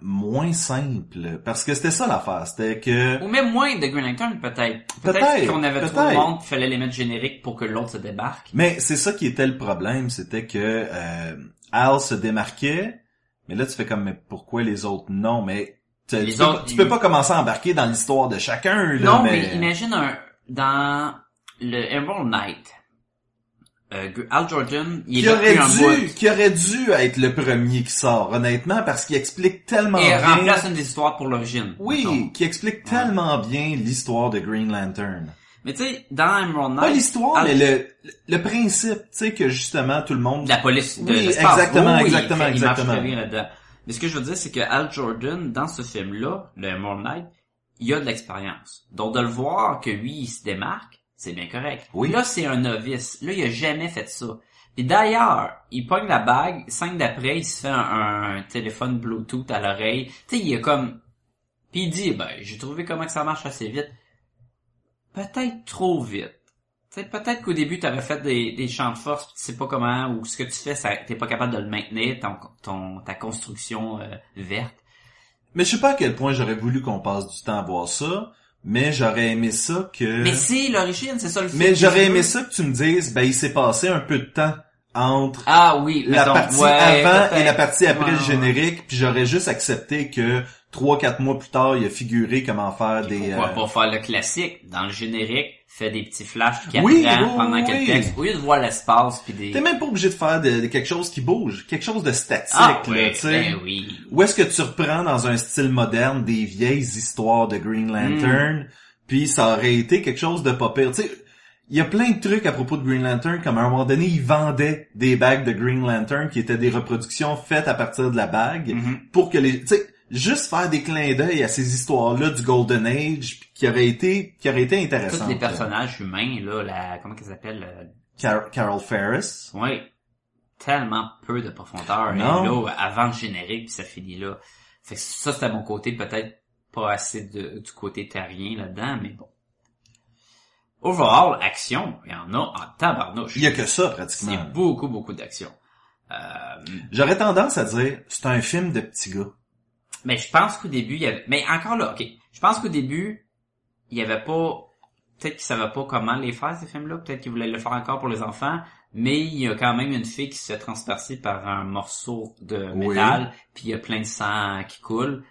Speaker 3: moins simple. Parce que c'était ça l'affaire, c'était que...
Speaker 1: Ou même moins de Green Lantern, peut-être.
Speaker 3: Peut-être,
Speaker 1: qu'on avait trop de
Speaker 3: peut-être.
Speaker 1: monde, qu'il fallait les mettre génériques pour que l'autre se débarque.
Speaker 3: Mais c'est ça qui était le problème, c'était que euh, Al se démarquait, mais là tu fais comme mais pourquoi les autres non Mais tu,
Speaker 1: Les
Speaker 3: tu peux,
Speaker 1: autres,
Speaker 3: tu peux
Speaker 1: ils-
Speaker 3: pas commencer à embarquer dans l'histoire de chacun. Là,
Speaker 1: Non, mais... imagine un, dans le Emerald Knight, euh, Gr- Al Jordan, il
Speaker 3: qui
Speaker 1: est là
Speaker 3: aurait
Speaker 1: depuis un
Speaker 3: dû,
Speaker 1: bout.
Speaker 3: qui aurait dû être le premier qui sort, honnêtement, parce qu'il explique tellement
Speaker 1: Et
Speaker 3: bien.
Speaker 1: remplace une des histoires pour l'origine. mettons.
Speaker 3: Oui, qui explique tellement bien l'histoire de Green Lantern.
Speaker 1: Mais tu sais, dans Emerald
Speaker 3: Pas
Speaker 1: Knight,
Speaker 3: l'histoire,
Speaker 1: Ah.
Speaker 3: mais le, le principe, tu sais que justement tout le monde.
Speaker 1: la police de
Speaker 3: Oui,
Speaker 1: l'espace.
Speaker 3: exactement,
Speaker 1: oui,
Speaker 3: exactement,
Speaker 1: il fait- il marche
Speaker 3: exactement.
Speaker 1: très bien là-dedans. Mais ce que je veux dire, c'est que Al Jordan, dans ce film-là, le Emerald Knight, il a de l'expérience. Donc de le voir que lui, il se démarque, c'est bien correct.
Speaker 3: Oui.
Speaker 1: Là, c'est un novice. Là, il a jamais fait ça. Puis d'ailleurs, il pogne la bague, cinq d'après, il se fait un, un téléphone Bluetooth à l'oreille. Tu sais, il est comme... Puis il dit, ben, j'ai trouvé comment que ça marche assez vite. Peut-être trop vite. Tu sais, peut-être qu'au début, t'avais fait des, des champs de force, pis tu sais pas comment, ou ce que tu fais, ça- t'es pas capable de le maintenir, ton, ton- ta construction euh, verte.
Speaker 3: Mais je sais pas à quel point j'aurais voulu qu'on passe du temps à voir ça, mais j'aurais aimé ça que.
Speaker 1: Mais c'est l'origine, c'est ça le
Speaker 3: Euh. Mais
Speaker 1: film.
Speaker 3: j'aurais aimé ça que tu me dises, ben il s'est passé un peu de temps entre
Speaker 1: Ah oui,
Speaker 3: la
Speaker 1: mettons,
Speaker 3: partie
Speaker 1: ouais,
Speaker 3: avant et
Speaker 1: peut-être.
Speaker 3: la partie après
Speaker 1: Ouais,
Speaker 3: le générique, puis j'aurais juste accepté que trois quatre mois plus tard, il a figuré comment faire
Speaker 1: Puis
Speaker 3: des.
Speaker 1: Pourquoi
Speaker 3: euh,
Speaker 1: pas faire le classique dans le générique, fait des petits flashs qui
Speaker 3: Oui,
Speaker 1: apprend
Speaker 3: oui,
Speaker 1: pendant
Speaker 3: oui,
Speaker 1: qu'elle
Speaker 3: oui.
Speaker 1: texte, au lieu de voir l'espace puis des
Speaker 3: T'es même pas obligé de faire de, de quelque chose qui bouge, quelque chose de statique
Speaker 1: ah
Speaker 3: là,
Speaker 1: ouais,
Speaker 3: tu sais.
Speaker 1: ben oui.
Speaker 3: Ou est-ce que tu reprends dans un style moderne des vieilles histoires de Green Lantern,
Speaker 1: Hmm.
Speaker 3: puis ça aurait été quelque chose de pas pire. Tu sais, il y a plein de trucs à propos de Green Lantern, comme à un moment donné, ils vendaient des bagues de Green Lantern qui étaient des reproductions faites à partir de la bague
Speaker 1: Mhm.
Speaker 3: pour que les... Tu sais, juste faire des clins d'œil à ces histoires-là du Golden Age puis qui auraient été, qui auraient été
Speaker 1: Tous
Speaker 3: intéressantes.
Speaker 1: les personnages humains là, la comment qu'elle s'appelle euh,
Speaker 3: Car- Carol Ferris.
Speaker 1: Oui. Tellement peu de profondeur.
Speaker 3: Non.
Speaker 1: Et là, avant le générique, puis ça finit là. Fait que ça, c'était mon côté, peut-être pas assez de, du côté terrien là-dedans, mais bon. Overall, action, il y en a en tabarnouche.
Speaker 3: Il y a que ça,
Speaker 1: C'est
Speaker 3: pratiquement.
Speaker 1: beaucoup, beaucoup d'action. Euh,
Speaker 3: J'aurais tendance à dire, c'est un film de petits gars.
Speaker 1: mais je pense qu'au début, il y avait... Mais encore là, OK. Je pense qu'au début, il y avait pas... Peut-être qu'ils savaient pas comment les faire, ces films-là. Peut-être qu'ils voulaient le faire encore pour les enfants. Mais il y a quand même une fille qui se fait transpercer par un morceau de
Speaker 3: Oui.
Speaker 1: métal. Puis il y a plein de sang qui coule.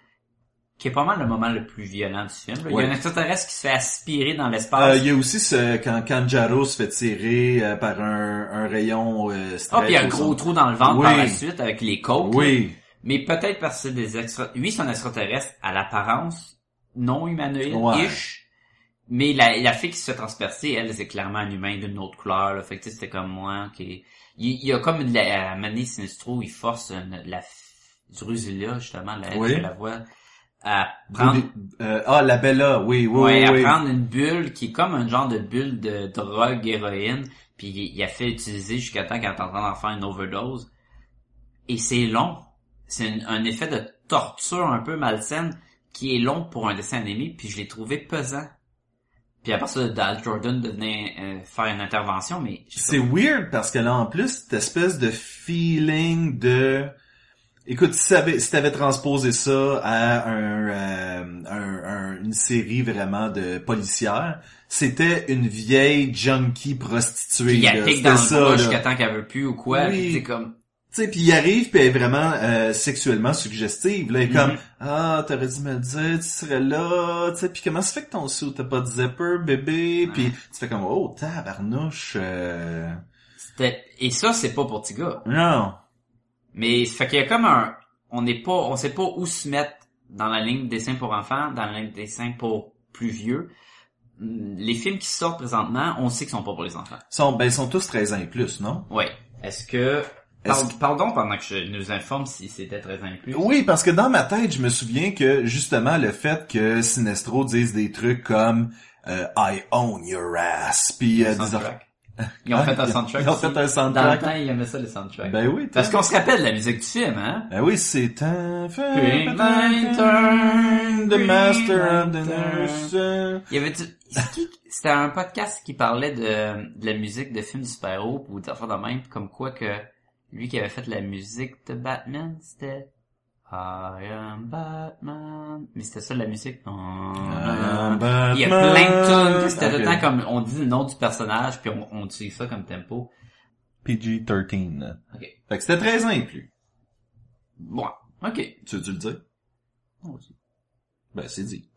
Speaker 1: qui est pas mal le moment le plus violent du film. là. Il y
Speaker 3: Ouais.
Speaker 1: a un extraterrestre qui se fait aspirer dans
Speaker 3: Euh,
Speaker 1: l'espace.
Speaker 3: Il y a aussi ce, quand Kanjaro se fait tirer euh, par un, un rayon... Euh,
Speaker 1: Ah, puis il y a un
Speaker 3: stretch au
Speaker 1: gros
Speaker 3: centre.
Speaker 1: trou dans le ventre
Speaker 3: Oui.
Speaker 1: par la suite avec les côtes. là.
Speaker 3: Oui.
Speaker 1: Mais peut-être parce que c'est des extra... Lui, c'est un extraterrestre à l'apparence non humanoïde-ish. Mais la, la fille qui se fait transpercer, elle, c'est clairement un humain d'une autre couleur. Là. Fait que tu sais, c'était comme moi. Qui... Il, il y a comme de la à Mané Sinistro, il force une- la Drusilla, justement, la,
Speaker 3: Oui.
Speaker 1: je la voix, à prendre,
Speaker 3: Euh, ah, la Bella, oui, oui,
Speaker 1: ouais,
Speaker 3: oui.
Speaker 1: à prendre une bulle qui est comme un genre de bulle de drogue, héroïne. Puis il, il a fait utiliser jusqu'à temps qu'elle est en train d'en faire une overdose et c'est long. C'est une- un effet de torture un peu malsaine qui est long pour un dessin animé, puis je l'ai trouvé pesant. Puis à partir de Dal Jordan de venir euh, faire une intervention, mais je sais
Speaker 3: C'est weird parce que là, en plus, cette espèce de feeling de... Écoute, si t'avais, si t'avais transposé ça à un, euh, un- un- une série vraiment de policières, c'était une vieille junkie prostituée.
Speaker 1: pas. il
Speaker 3: là.
Speaker 1: applique
Speaker 3: C'était
Speaker 1: dans
Speaker 3: ça,
Speaker 1: le bras
Speaker 3: là.
Speaker 1: jusqu'à temps qu'elle veut plus ou quoi,
Speaker 3: Oui.
Speaker 1: puis c'est comme...
Speaker 3: Tu sais, puis il arrive puis elle est vraiment euh, sexuellement suggestive. Là, Elle est comme
Speaker 1: Mhm.
Speaker 3: ah t'aurais dû me le dire, tu serais là, tu sais. Puis comment ça fait que ton sou t'as pas de zipper, bébé Puis tu fais comme oh tabarnouche. euh,
Speaker 1: c'était- Et ça, c'est pas pour petit gars.
Speaker 3: Non.
Speaker 1: Mais ça fait qu'il y a comme un... On n'est pas... On sait pas où se mettre dans la ligne dessin pour enfants, dans la ligne dessin pour plus vieux. Hum, Les films qui sortent présentement, on sait qu'ils sont pas pour les enfants.
Speaker 3: Ils sont ben ils sont tous 13 ans et plus, non
Speaker 1: Oui. Est-ce que...
Speaker 3: Est-ce
Speaker 1: Par- Pardon pendant que je nous informe si c'était très inclus.
Speaker 3: Oui, parce que dans ma tête, je me souviens que justement le fait que Sinestro dise des trucs comme euh, I own your ass, puis euh, des
Speaker 1: Soundtrack. Ils ont fait un soundtrack
Speaker 3: Ah, Ils ont
Speaker 1: aussi.
Speaker 3: fait un
Speaker 1: Dans le
Speaker 3: soundtrack. hein?
Speaker 1: temps, ils aimaient ça, les soundtracks.
Speaker 3: Ben oui.
Speaker 1: Parce
Speaker 3: t'as-
Speaker 1: qu'on se rappelle la musique du film, hein?
Speaker 3: Ben oui, c'est un
Speaker 1: Green Lantern,
Speaker 3: The Master
Speaker 1: Green
Speaker 3: of the
Speaker 1: Lantern.
Speaker 3: Universe.
Speaker 1: Il y avait du... c'est qui- C'était un podcast qui parlait de, de la musique de films de super-héros ou d'affaires de même, comme quoi que lui qui avait fait la musique de Batman, c'était... I am Batman. Mais c'était ça la musique. Ah, Il y a plein de tunes, c'était tout le temps comme on dit le nom du personnage, puis on, on utilise ça comme tempo.
Speaker 3: PG-13.
Speaker 1: Ok.
Speaker 3: Fait que c'était 13 ans et plus.
Speaker 1: Bon, ok.
Speaker 3: Tu veux-tu le dire?
Speaker 1: On dit.
Speaker 3: Ben, c'est dit. [LAUGHS]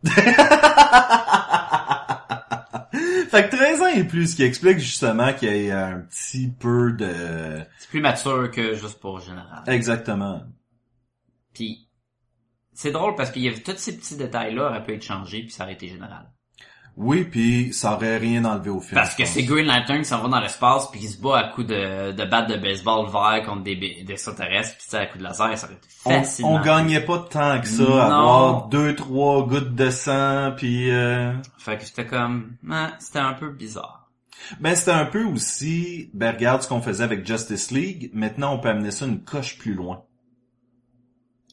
Speaker 3: fait que 13 ans et plus, ce qui explique justement qu'il y a un petit peu de...
Speaker 1: C'est plus mature que juste pour général.
Speaker 3: Exactement.
Speaker 1: Puis c'est drôle parce qu'il y avait tous ces petits détails-là auraient pu être changés puis ça aurait été général.
Speaker 3: Oui, puis ça aurait rien enlevé au film.
Speaker 1: Parce
Speaker 3: je
Speaker 1: que
Speaker 3: pense.
Speaker 1: c'est Green Lantern qui s'en va dans l'espace puis qui se bat à coups de, de batte de baseball vert contre des, bé- des extraterrestres puis tu sais, à coups de laser, ça aurait été
Speaker 3: On,
Speaker 1: facilement.
Speaker 3: on gagnait pas tant que ça,
Speaker 1: Non.
Speaker 3: avoir deux, trois gouttes de sang, puis... euh,
Speaker 1: Fait que j'étais comme, Ah, c'était un peu bizarre.
Speaker 3: Ben, c'était un peu aussi, ben, regarde ce qu'on faisait avec Justice League. Maintenant, on peut amener ça une coche plus loin.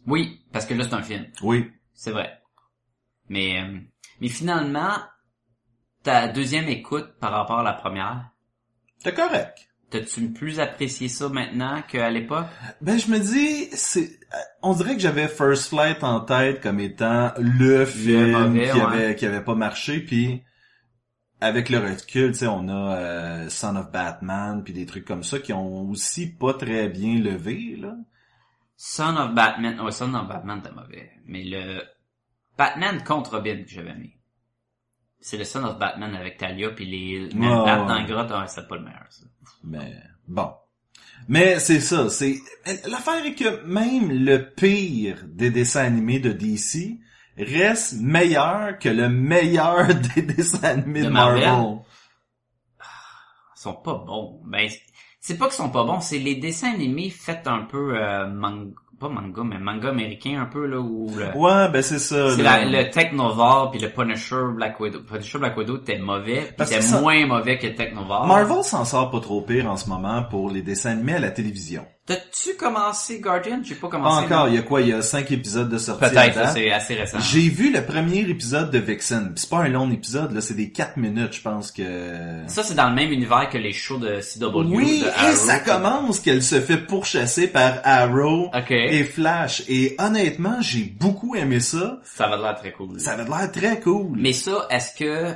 Speaker 1: Oui, parce que là c'est un film.
Speaker 3: Oui.
Speaker 1: C'est vrai. Mais, euh, mais finalement, ta deuxième écoute par rapport à la première,
Speaker 3: T'es correct.
Speaker 1: t'as-tu plus apprécié ça maintenant qu'à l'époque?
Speaker 3: Ben, je me dis, c'est, euh, on dirait que j'avais First Flight en tête comme étant le film
Speaker 1: mauvais,
Speaker 3: qui
Speaker 1: ouais.
Speaker 3: avait, qui avait pas marché, puis avec le recul, tu sais, on a euh, Son of Batman, puis des trucs comme ça qui ont aussi pas très bien levé, là.
Speaker 1: Son of Batman, oh, Son of Batman t'es mauvais. Mais le Batman contre Robin que j'avais mis. C'est le Son of Batman avec Talia puis les même
Speaker 3: Ouais,
Speaker 1: pattes
Speaker 3: ouais.
Speaker 1: dans la grotte, ah, c'est pas le meilleur, ça.
Speaker 3: Mais bon. Mais c'est ça, c'est l'affaire est que même le pire des dessins animés de DC reste meilleur que le meilleur [LAUGHS] des dessins animés de,
Speaker 1: De
Speaker 3: Marvel.
Speaker 1: Marvel. Ils sont pas bons. Ben, c'est- c'est pas qu'ils sont pas bons, c'est les dessins animés faits un peu, euh, manga, pas manga, mais manga américain un peu, là, où le-
Speaker 3: Ouais, ben c'est ça.
Speaker 1: C'est
Speaker 3: là.
Speaker 1: la- le Technovar puis le Punisher Black Widow. Punisher Black Widow était mauvais, puis
Speaker 3: Parce que
Speaker 1: était
Speaker 3: ça-
Speaker 1: moins mauvais que Technovar.
Speaker 3: Marvel s'en sort pas trop pire en ce moment pour les dessins animés à la télévision.
Speaker 1: T'as-tu commencé Guardian? J'ai pas
Speaker 3: Pas
Speaker 1: commencé.
Speaker 3: encore, hein?
Speaker 1: mais-
Speaker 3: il y a quoi, il y a cinq épisodes de sortie à
Speaker 1: Ah, Peut-être,
Speaker 3: date.
Speaker 1: ça, c'est assez récent.
Speaker 3: J'ai vu le premier épisode de Vixen. pis C'est pas un long épisode, là, c'est des quatre minutes, je pense que.
Speaker 1: Ça, c'est dans le même univers que les shows de CW.
Speaker 3: Oui,
Speaker 1: de
Speaker 3: et
Speaker 1: Arrow.
Speaker 3: ça commence qu'elle se fait pourchasser par Arrow
Speaker 1: Ok.
Speaker 3: et Flash. Et honnêtement, j'ai beaucoup aimé ça.
Speaker 1: Ça va de l'air très cool.
Speaker 3: Ça avait l'air très cool.
Speaker 1: Mais ça, est-ce que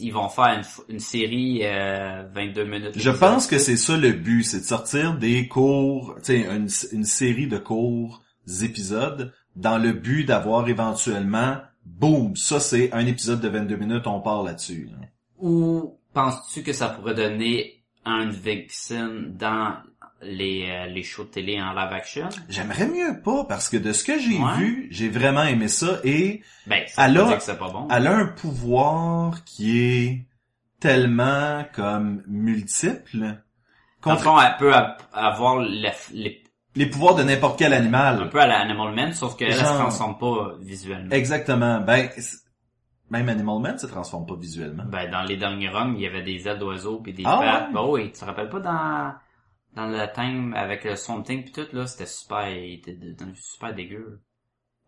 Speaker 1: ils vont faire une, f- une série euh, 22 minutes?
Speaker 3: je
Speaker 1: l'épisode?
Speaker 3: pense que c'est ça le but, c'est de sortir des cours, tu sais, une, une série de courts épisodes dans le but d'avoir éventuellement, boum, ça c'est un épisode de 22 minutes, on part là-dessus. là.
Speaker 1: Ou penses-tu que ça pourrait donner un Vixen dans les, euh, les shows de télé en live action?
Speaker 3: J'aimerais mieux pas, parce que de ce que j'ai
Speaker 1: Ouais.
Speaker 3: vu, j'ai vraiment aimé ça, et
Speaker 1: Ben, ça veut
Speaker 3: Alors-
Speaker 1: dire que c'est pas bon.
Speaker 3: elle a un pouvoir qui est tellement comme multiple.
Speaker 1: Dans le
Speaker 3: Contra-
Speaker 1: fond, elle peut a- avoir la- les-
Speaker 3: les pouvoirs de n'importe quel
Speaker 1: un
Speaker 3: animal.
Speaker 1: peu à la Animal Man, sauf qu'elle elle se
Speaker 3: Genre-
Speaker 1: transforme pas visuellement.
Speaker 3: Exactement. Ben, c'est- même Animal Man se transforme pas visuellement.
Speaker 1: Ben, dans les derniers runs, il y avait des ailes d'oiseaux puis des
Speaker 3: Ah
Speaker 1: pattes.
Speaker 3: ouais?
Speaker 1: Ben oui, tu te rappelles pas dans, dans le thème avec le Swamp Thing pis tout, là, c'était super, il était devenu super dégueu.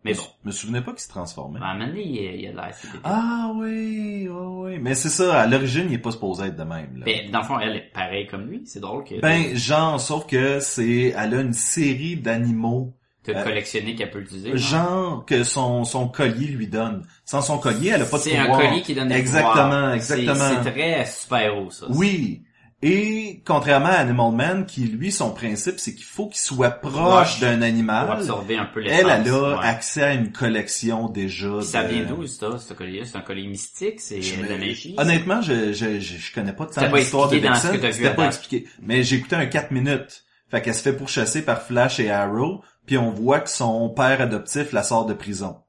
Speaker 1: Mais bon,
Speaker 3: Je me souvenais pas qu'il se transformait.
Speaker 1: ben, à un moment donné, il y a- il y a de l'air, c'est dégueu.
Speaker 3: Ah oui, oui, oui. Mais c'est ça, à l'origine, il est pas supposé être de même. Là.
Speaker 1: Ben, dans le fond, elle est pareille comme lui, c'est drôle que
Speaker 3: Ben, genre, sauf que c'est, elle a une série d'animaux,
Speaker 1: t'as
Speaker 3: euh,
Speaker 1: collectionné qu'elle peut utiliser. non?
Speaker 3: genre que son son collier lui donne. Sans son collier, elle a pas de
Speaker 1: C'est un
Speaker 3: pouvoir.
Speaker 1: collier qui donne des
Speaker 3: Exactement,
Speaker 1: pouvoirs.
Speaker 3: exactement.
Speaker 1: C'est c'est très super-héros, ça.
Speaker 3: Oui. Et contrairement à Animal Man, qui lui, son principe, c'est qu'il faut qu'il soit
Speaker 1: Proche.
Speaker 3: proche d'un
Speaker 1: Pour
Speaker 3: animal.
Speaker 1: absorber un peu l'essence.
Speaker 3: Elle, elle a
Speaker 1: ouais.
Speaker 3: accès à une collection déjà.
Speaker 1: Puis ça
Speaker 3: de-
Speaker 1: vient d'où, ça, ce collier C'est un collier mystique, c'est
Speaker 3: Je
Speaker 1: de
Speaker 3: me-
Speaker 1: la magie.
Speaker 3: Honnêtement, je, je, je, je connais pas
Speaker 1: C'était
Speaker 3: tant
Speaker 1: pas
Speaker 3: l'histoire de
Speaker 1: expliqué dans ce
Speaker 3: Vixen.
Speaker 1: que t'as vu à
Speaker 3: C'était pas
Speaker 1: date.
Speaker 3: expliqué. Mais j'ai écouté un 4 minutes. Fait qu'elle se fait pourchasser par Flash et Arrow, puis on voit que son père adoptif la sort de prison.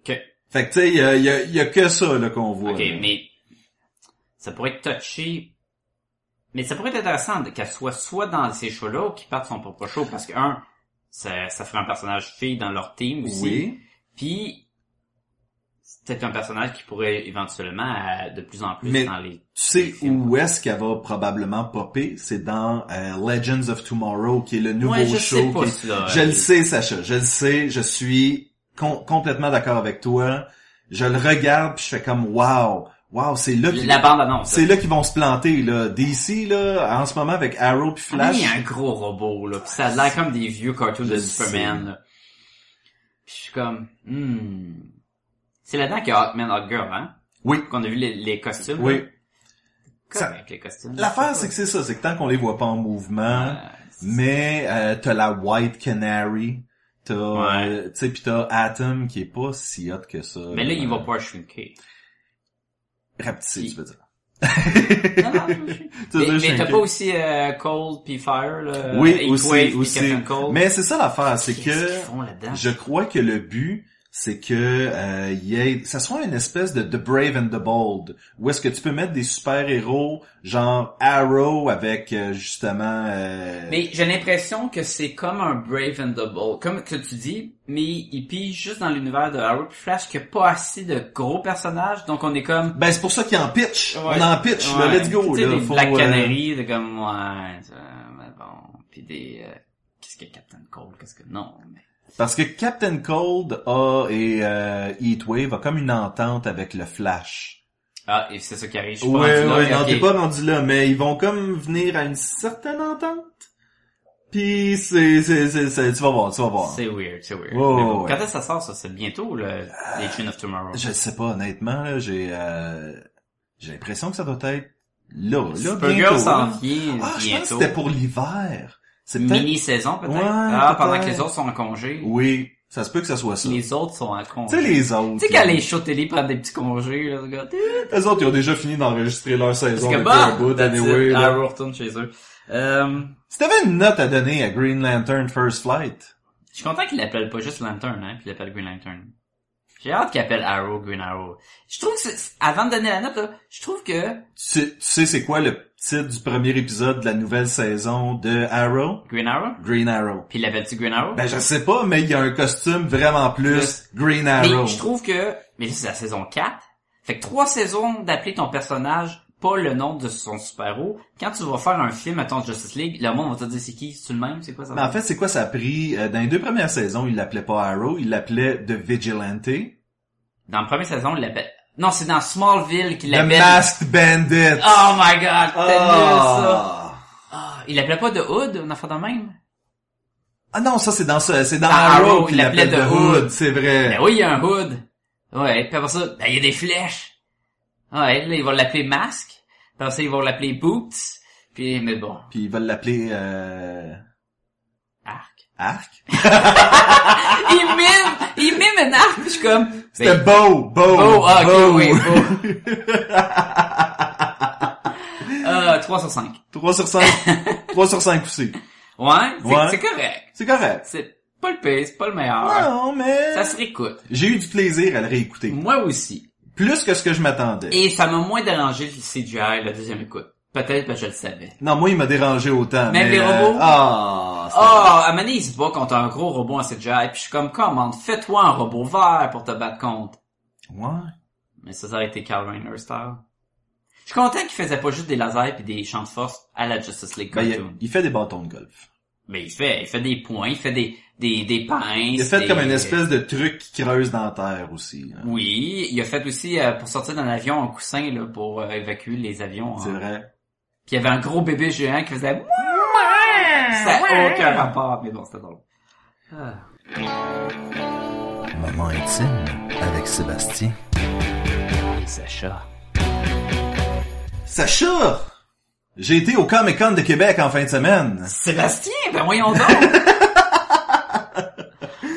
Speaker 1: Ok.
Speaker 3: Fait que tu sais, il y a, il y a- il y a que ça là qu'on voit.
Speaker 1: Ok,
Speaker 3: là.
Speaker 1: mais ça pourrait être touché. Mais ça pourrait être intéressant qu'elle soit soit dans ces shows-là ou qu'ils partent son propre show parce que un, ça, ça ferait un personnage fille dans leur team aussi.
Speaker 3: Oui.
Speaker 1: Puis c'est peut-être un personnage qui pourrait éventuellement euh, de plus en plus
Speaker 3: Mais-
Speaker 1: dans les.
Speaker 3: Tu sais où est-ce qu'elle va probablement popper? C'est dans euh, Legends of Tomorrow, qui est le nouveau
Speaker 1: ouais, je
Speaker 3: show.
Speaker 1: sais pas
Speaker 3: qui-
Speaker 1: cela.
Speaker 3: Je
Speaker 1: Euh,
Speaker 3: le sais, Sacha, je le sais, je suis com- complètement d'accord avec toi. Je le regarde puis je fais comme wow, wow, c'est là qu'ils-
Speaker 1: La bande annonce.
Speaker 3: c'est là qu'ils vont se planter là. DC là, en ce moment avec Arrow puis
Speaker 1: Ah, mais
Speaker 3: Flash.
Speaker 1: il y a un gros robot là, puis ça a l'air comme des vieux cartoons de
Speaker 3: Je
Speaker 1: Superman.
Speaker 3: sais.
Speaker 1: Là. Puis je suis comme, hmm. C'est là-dedans qu'il y a Hawkman Hawkgirl, hein
Speaker 3: Oui.
Speaker 1: Qu'on a vu les, les costumes. là.
Speaker 3: Oui.
Speaker 1: Correct,
Speaker 3: Ça-
Speaker 1: les costumes. Euh,
Speaker 3: L'affaire c'est que c'est ça, c'est que tant qu'on les voit pas en mouvement, mais euh, t'as la White Canary, t'as,
Speaker 1: Ouais.
Speaker 3: euh, tu sais, puis t'as Atom qui est pas si hot que ça.
Speaker 1: Mais là, il va pas
Speaker 3: [LAUGHS]
Speaker 1: shrinker.
Speaker 3: rapetisser,
Speaker 1: Il-
Speaker 3: tu veux dire.
Speaker 1: Non, non, je veux shrinker.
Speaker 3: Tu veux
Speaker 1: mais
Speaker 3: dire,
Speaker 1: mais
Speaker 3: shrinker.
Speaker 1: t'as pas aussi euh, Cold puis Fire, là,
Speaker 3: Oui,
Speaker 1: Heatwave
Speaker 3: aussi,
Speaker 1: puis
Speaker 3: aussi.
Speaker 1: Captain Cold.
Speaker 3: Mais c'est ça l'affaire, c'est
Speaker 1: Qu'est-ce qu'ils
Speaker 3: que
Speaker 1: font là-dedans?
Speaker 3: Je crois que le but, c'est que euh, il y ait, ça soit une espèce de The Brave and the Bold, où est-ce que tu peux mettre des super héros genre Arrow avec euh, justement. euh,
Speaker 1: Mais j'ai l'impression que c'est comme un Brave and the Bold, comme que tu dis, mais il pige juste dans l'univers de Arrow puis Flash qu'il n'y a pas assez de gros personnages, donc on est comme...
Speaker 3: Ben c'est pour ça qu'ils en pitch.
Speaker 1: Ouais.
Speaker 3: On en pitch. là,
Speaker 1: Ouais.
Speaker 3: let's go.
Speaker 1: Tu sais,
Speaker 3: là,
Speaker 1: des
Speaker 3: faut,
Speaker 1: Black
Speaker 3: euh,
Speaker 1: Canary, de comme... Ouais, ça, mais bon, puis des... euh, Qu'est-ce que Captain Cold, qu'est-ce que... Non, mais...
Speaker 3: Parce que Captain Cold a et euh, Heatwave a comme une entente avec le Flash.
Speaker 1: Ah, et c'est ça qui arrive, je suis
Speaker 3: Ouais,
Speaker 1: pas rendu là,
Speaker 3: ouais,
Speaker 1: mais
Speaker 3: non,
Speaker 1: ok.
Speaker 3: t'es pas rendu là, mais ils vont comme venir à une certaine entente. Puis c'est, c'est, c'est, c'est- tu vas voir, tu vas voir.
Speaker 1: C'est weird, c'est weird.
Speaker 3: Ouais,
Speaker 1: Mais bon,
Speaker 3: ouais.
Speaker 1: Quand est-ce que ça sort, ça? C'est bientôt, le les Tune of Tomorrow.
Speaker 3: Je sais pas, honnêtement, là, j'ai, euh, j'ai l'impression que ça doit être là, là, bientôt.
Speaker 1: Supergirl s'en vient
Speaker 3: ah, je pense que
Speaker 1: bientôt.
Speaker 3: c'était pour l'hiver. C'est peut-être...
Speaker 1: Mini-saison, peut-être?
Speaker 3: Ouais,
Speaker 1: ah, pendant
Speaker 3: peut-être.
Speaker 1: que les autres sont en congé.
Speaker 3: Oui, ça se peut que ça soit ça. Tu
Speaker 1: Les autres sont en congé.
Speaker 3: sais, les autres.
Speaker 1: Tu sais,
Speaker 3: là,
Speaker 1: quand les shows télé prennent des petits congés, là, ce gars, t'es-
Speaker 3: Les autres, ils ont déjà fini d'enregistrer leur
Speaker 1: Parce
Speaker 3: saison
Speaker 1: que
Speaker 3: depuis un
Speaker 1: bon,
Speaker 3: bout,
Speaker 1: that's
Speaker 3: anyway,
Speaker 1: it, Ah.
Speaker 3: là.
Speaker 1: Arrow retourne chez eux. Euh,
Speaker 3: Si t'avais une note à donner à Green Lantern First Flight,
Speaker 1: je suis content qu'il l'appelle pas juste Lantern, hein, qu'il l'appelle Green Lantern. J'ai hâte qu'il appelle Arrow Green Arrow. Je trouve que c'est- c'est- avant de donner la note, là, je trouve que
Speaker 3: tu sais, tu sais c'est quoi le titre du premier épisode de la nouvelle saison de Arrow?
Speaker 1: Green Arrow,
Speaker 3: Green Arrow.
Speaker 1: puis il l'appelle-tu Green Arrow?
Speaker 3: Ben, je sais pas, mais il y a un costume vraiment plus Green Arrow.
Speaker 1: Mais je trouve que, mais là, c'est la saison 4. Fait que trois saisons d'appeler ton personnage pas le nom de son super-héros. Quand tu vas faire un film, à ton Justice League, le monde va te dire c'est qui, c'est le même, c'est quoi ça?
Speaker 3: Mais en fait, c'est quoi ça a pris? euh, dans les deux premières saisons, il l'appelait pas Arrow, il l'appelait The Vigilante.
Speaker 1: Dans la première saison, il l'appelle, non, c'est dans Smallville qu'il
Speaker 3: The
Speaker 1: l'appelle.
Speaker 3: Masked Bandit.
Speaker 1: Oh my god,
Speaker 3: Ah.
Speaker 1: c'était nul, ça. Ah, il l'appelait pas de Hood, on a fait de même.
Speaker 3: Ah non, ça c'est dans ce- c'est dans
Speaker 1: Dans
Speaker 3: Arrow,
Speaker 1: Arrow,
Speaker 3: qu'il
Speaker 1: il l'appelait
Speaker 3: l'appelle The
Speaker 1: The
Speaker 3: Hood,
Speaker 1: Hood.
Speaker 3: c'est vrai.
Speaker 1: Ben oui, il y a un Hood. Ouais, puis après ça, ben il y a des flèches. Ouais, là, ils vont l'appeler Masque. Après ça, ils vont l'appeler Boots. Puis, mais bon.
Speaker 3: Puis ils veulent l'appeler euh...
Speaker 1: Arc.
Speaker 3: Arc?
Speaker 1: Ben, Il mime, il mime un arc, puis je suis comme...
Speaker 3: C'était
Speaker 1: ben,
Speaker 3: beau, beau,
Speaker 1: beau, ah, ok,
Speaker 3: beau.
Speaker 1: oui,
Speaker 3: [LAUGHS]
Speaker 1: beau. euh, 3 sur 5.
Speaker 3: 3
Speaker 1: [LAUGHS]
Speaker 3: sur 5. 3 sur 5 aussi.
Speaker 1: Ouais, c'est
Speaker 3: Ouais.
Speaker 1: c'est correct.
Speaker 3: C'est correct.
Speaker 1: C'est pas le pire, c'est pas le meilleur.
Speaker 3: Non, mais...
Speaker 1: Ça se réécoute.
Speaker 3: J'ai eu du plaisir à le réécouter.
Speaker 1: Moi aussi.
Speaker 3: Plus que ce que je m'attendais.
Speaker 1: Et ça m'a moins dérangé le CGI la deuxième écoute. Peut-être parce que je le savais.
Speaker 3: Non, moi, il m'a dérangé autant.
Speaker 1: Mais les
Speaker 3: euh,
Speaker 1: robots?
Speaker 3: Ah, c'était-
Speaker 1: Ah, à un moment donné, il se bat contre un gros robot en CGI, puis je suis comme, comment, fais-toi un robot vert pour te battre contre.
Speaker 3: Ouais.
Speaker 1: Mais ça, ça aurait été Carl Reiner style. Je suis content qu'il faisait pas juste des lasers puis des champs de force à la Justice League
Speaker 3: Ben, il,
Speaker 1: cartoon.
Speaker 3: il fait des bâtons de golf.
Speaker 1: Mais il fait, il fait des points, il fait des, des, des pinces.
Speaker 3: Il a fait
Speaker 1: des-
Speaker 3: comme une espèce de truc qui creuse dans la terre aussi. hein.
Speaker 1: Oui, il a fait aussi, euh, pour sortir d'un avion, un coussin, là, pour euh, évacuer les avions.
Speaker 3: C'est
Speaker 1: hein.
Speaker 3: vrai.
Speaker 1: Puis il y avait un gros bébé géant qui faisait
Speaker 2: Ah,
Speaker 1: Ça n'a aucun rapport, mais bon, c'était drôle.
Speaker 3: Moment intime avec Sébastien.
Speaker 1: Sacha.
Speaker 3: Sacha! J'ai été au Comic Con de Québec en fin de semaine.
Speaker 1: Sébastien, ben voyons
Speaker 3: [LAUGHS]
Speaker 1: donc!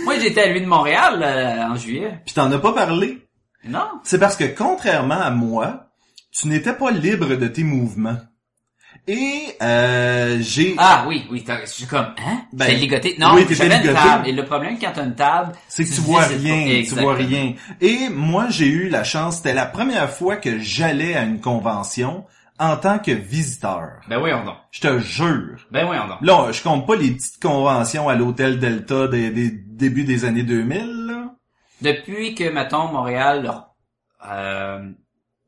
Speaker 1: Moi, j'étais à lui de Montréal euh, en juillet.
Speaker 3: Puis t'en as pas parlé.
Speaker 1: Non?
Speaker 3: C'est parce que contrairement à moi, tu n'étais pas libre de tes mouvements. Et euh, j'ai...
Speaker 1: Ah oui, oui, t'as- je suis comme, hein?
Speaker 3: Ben,
Speaker 1: J'étais ligoté. Non,
Speaker 3: oui, t'étais
Speaker 1: j'avais une
Speaker 3: ligoté.
Speaker 1: table. Et le problème quand t'as une table,
Speaker 3: C'est que tu
Speaker 1: Tu
Speaker 3: vois
Speaker 1: visites
Speaker 3: rien,
Speaker 1: pas.
Speaker 3: tu
Speaker 1: Exactement.
Speaker 3: vois rien. Et moi, j'ai eu la chance, c'était la première fois que j'allais à une convention en tant que visiteur.
Speaker 1: ben voyons donc.
Speaker 3: Je te jure.
Speaker 1: Ben voyons donc.
Speaker 3: Là, je compte pas les petites conventions à l'hôtel Delta des, des débuts des années 2000, là.
Speaker 1: Depuis que, mettons, Montréal, euh,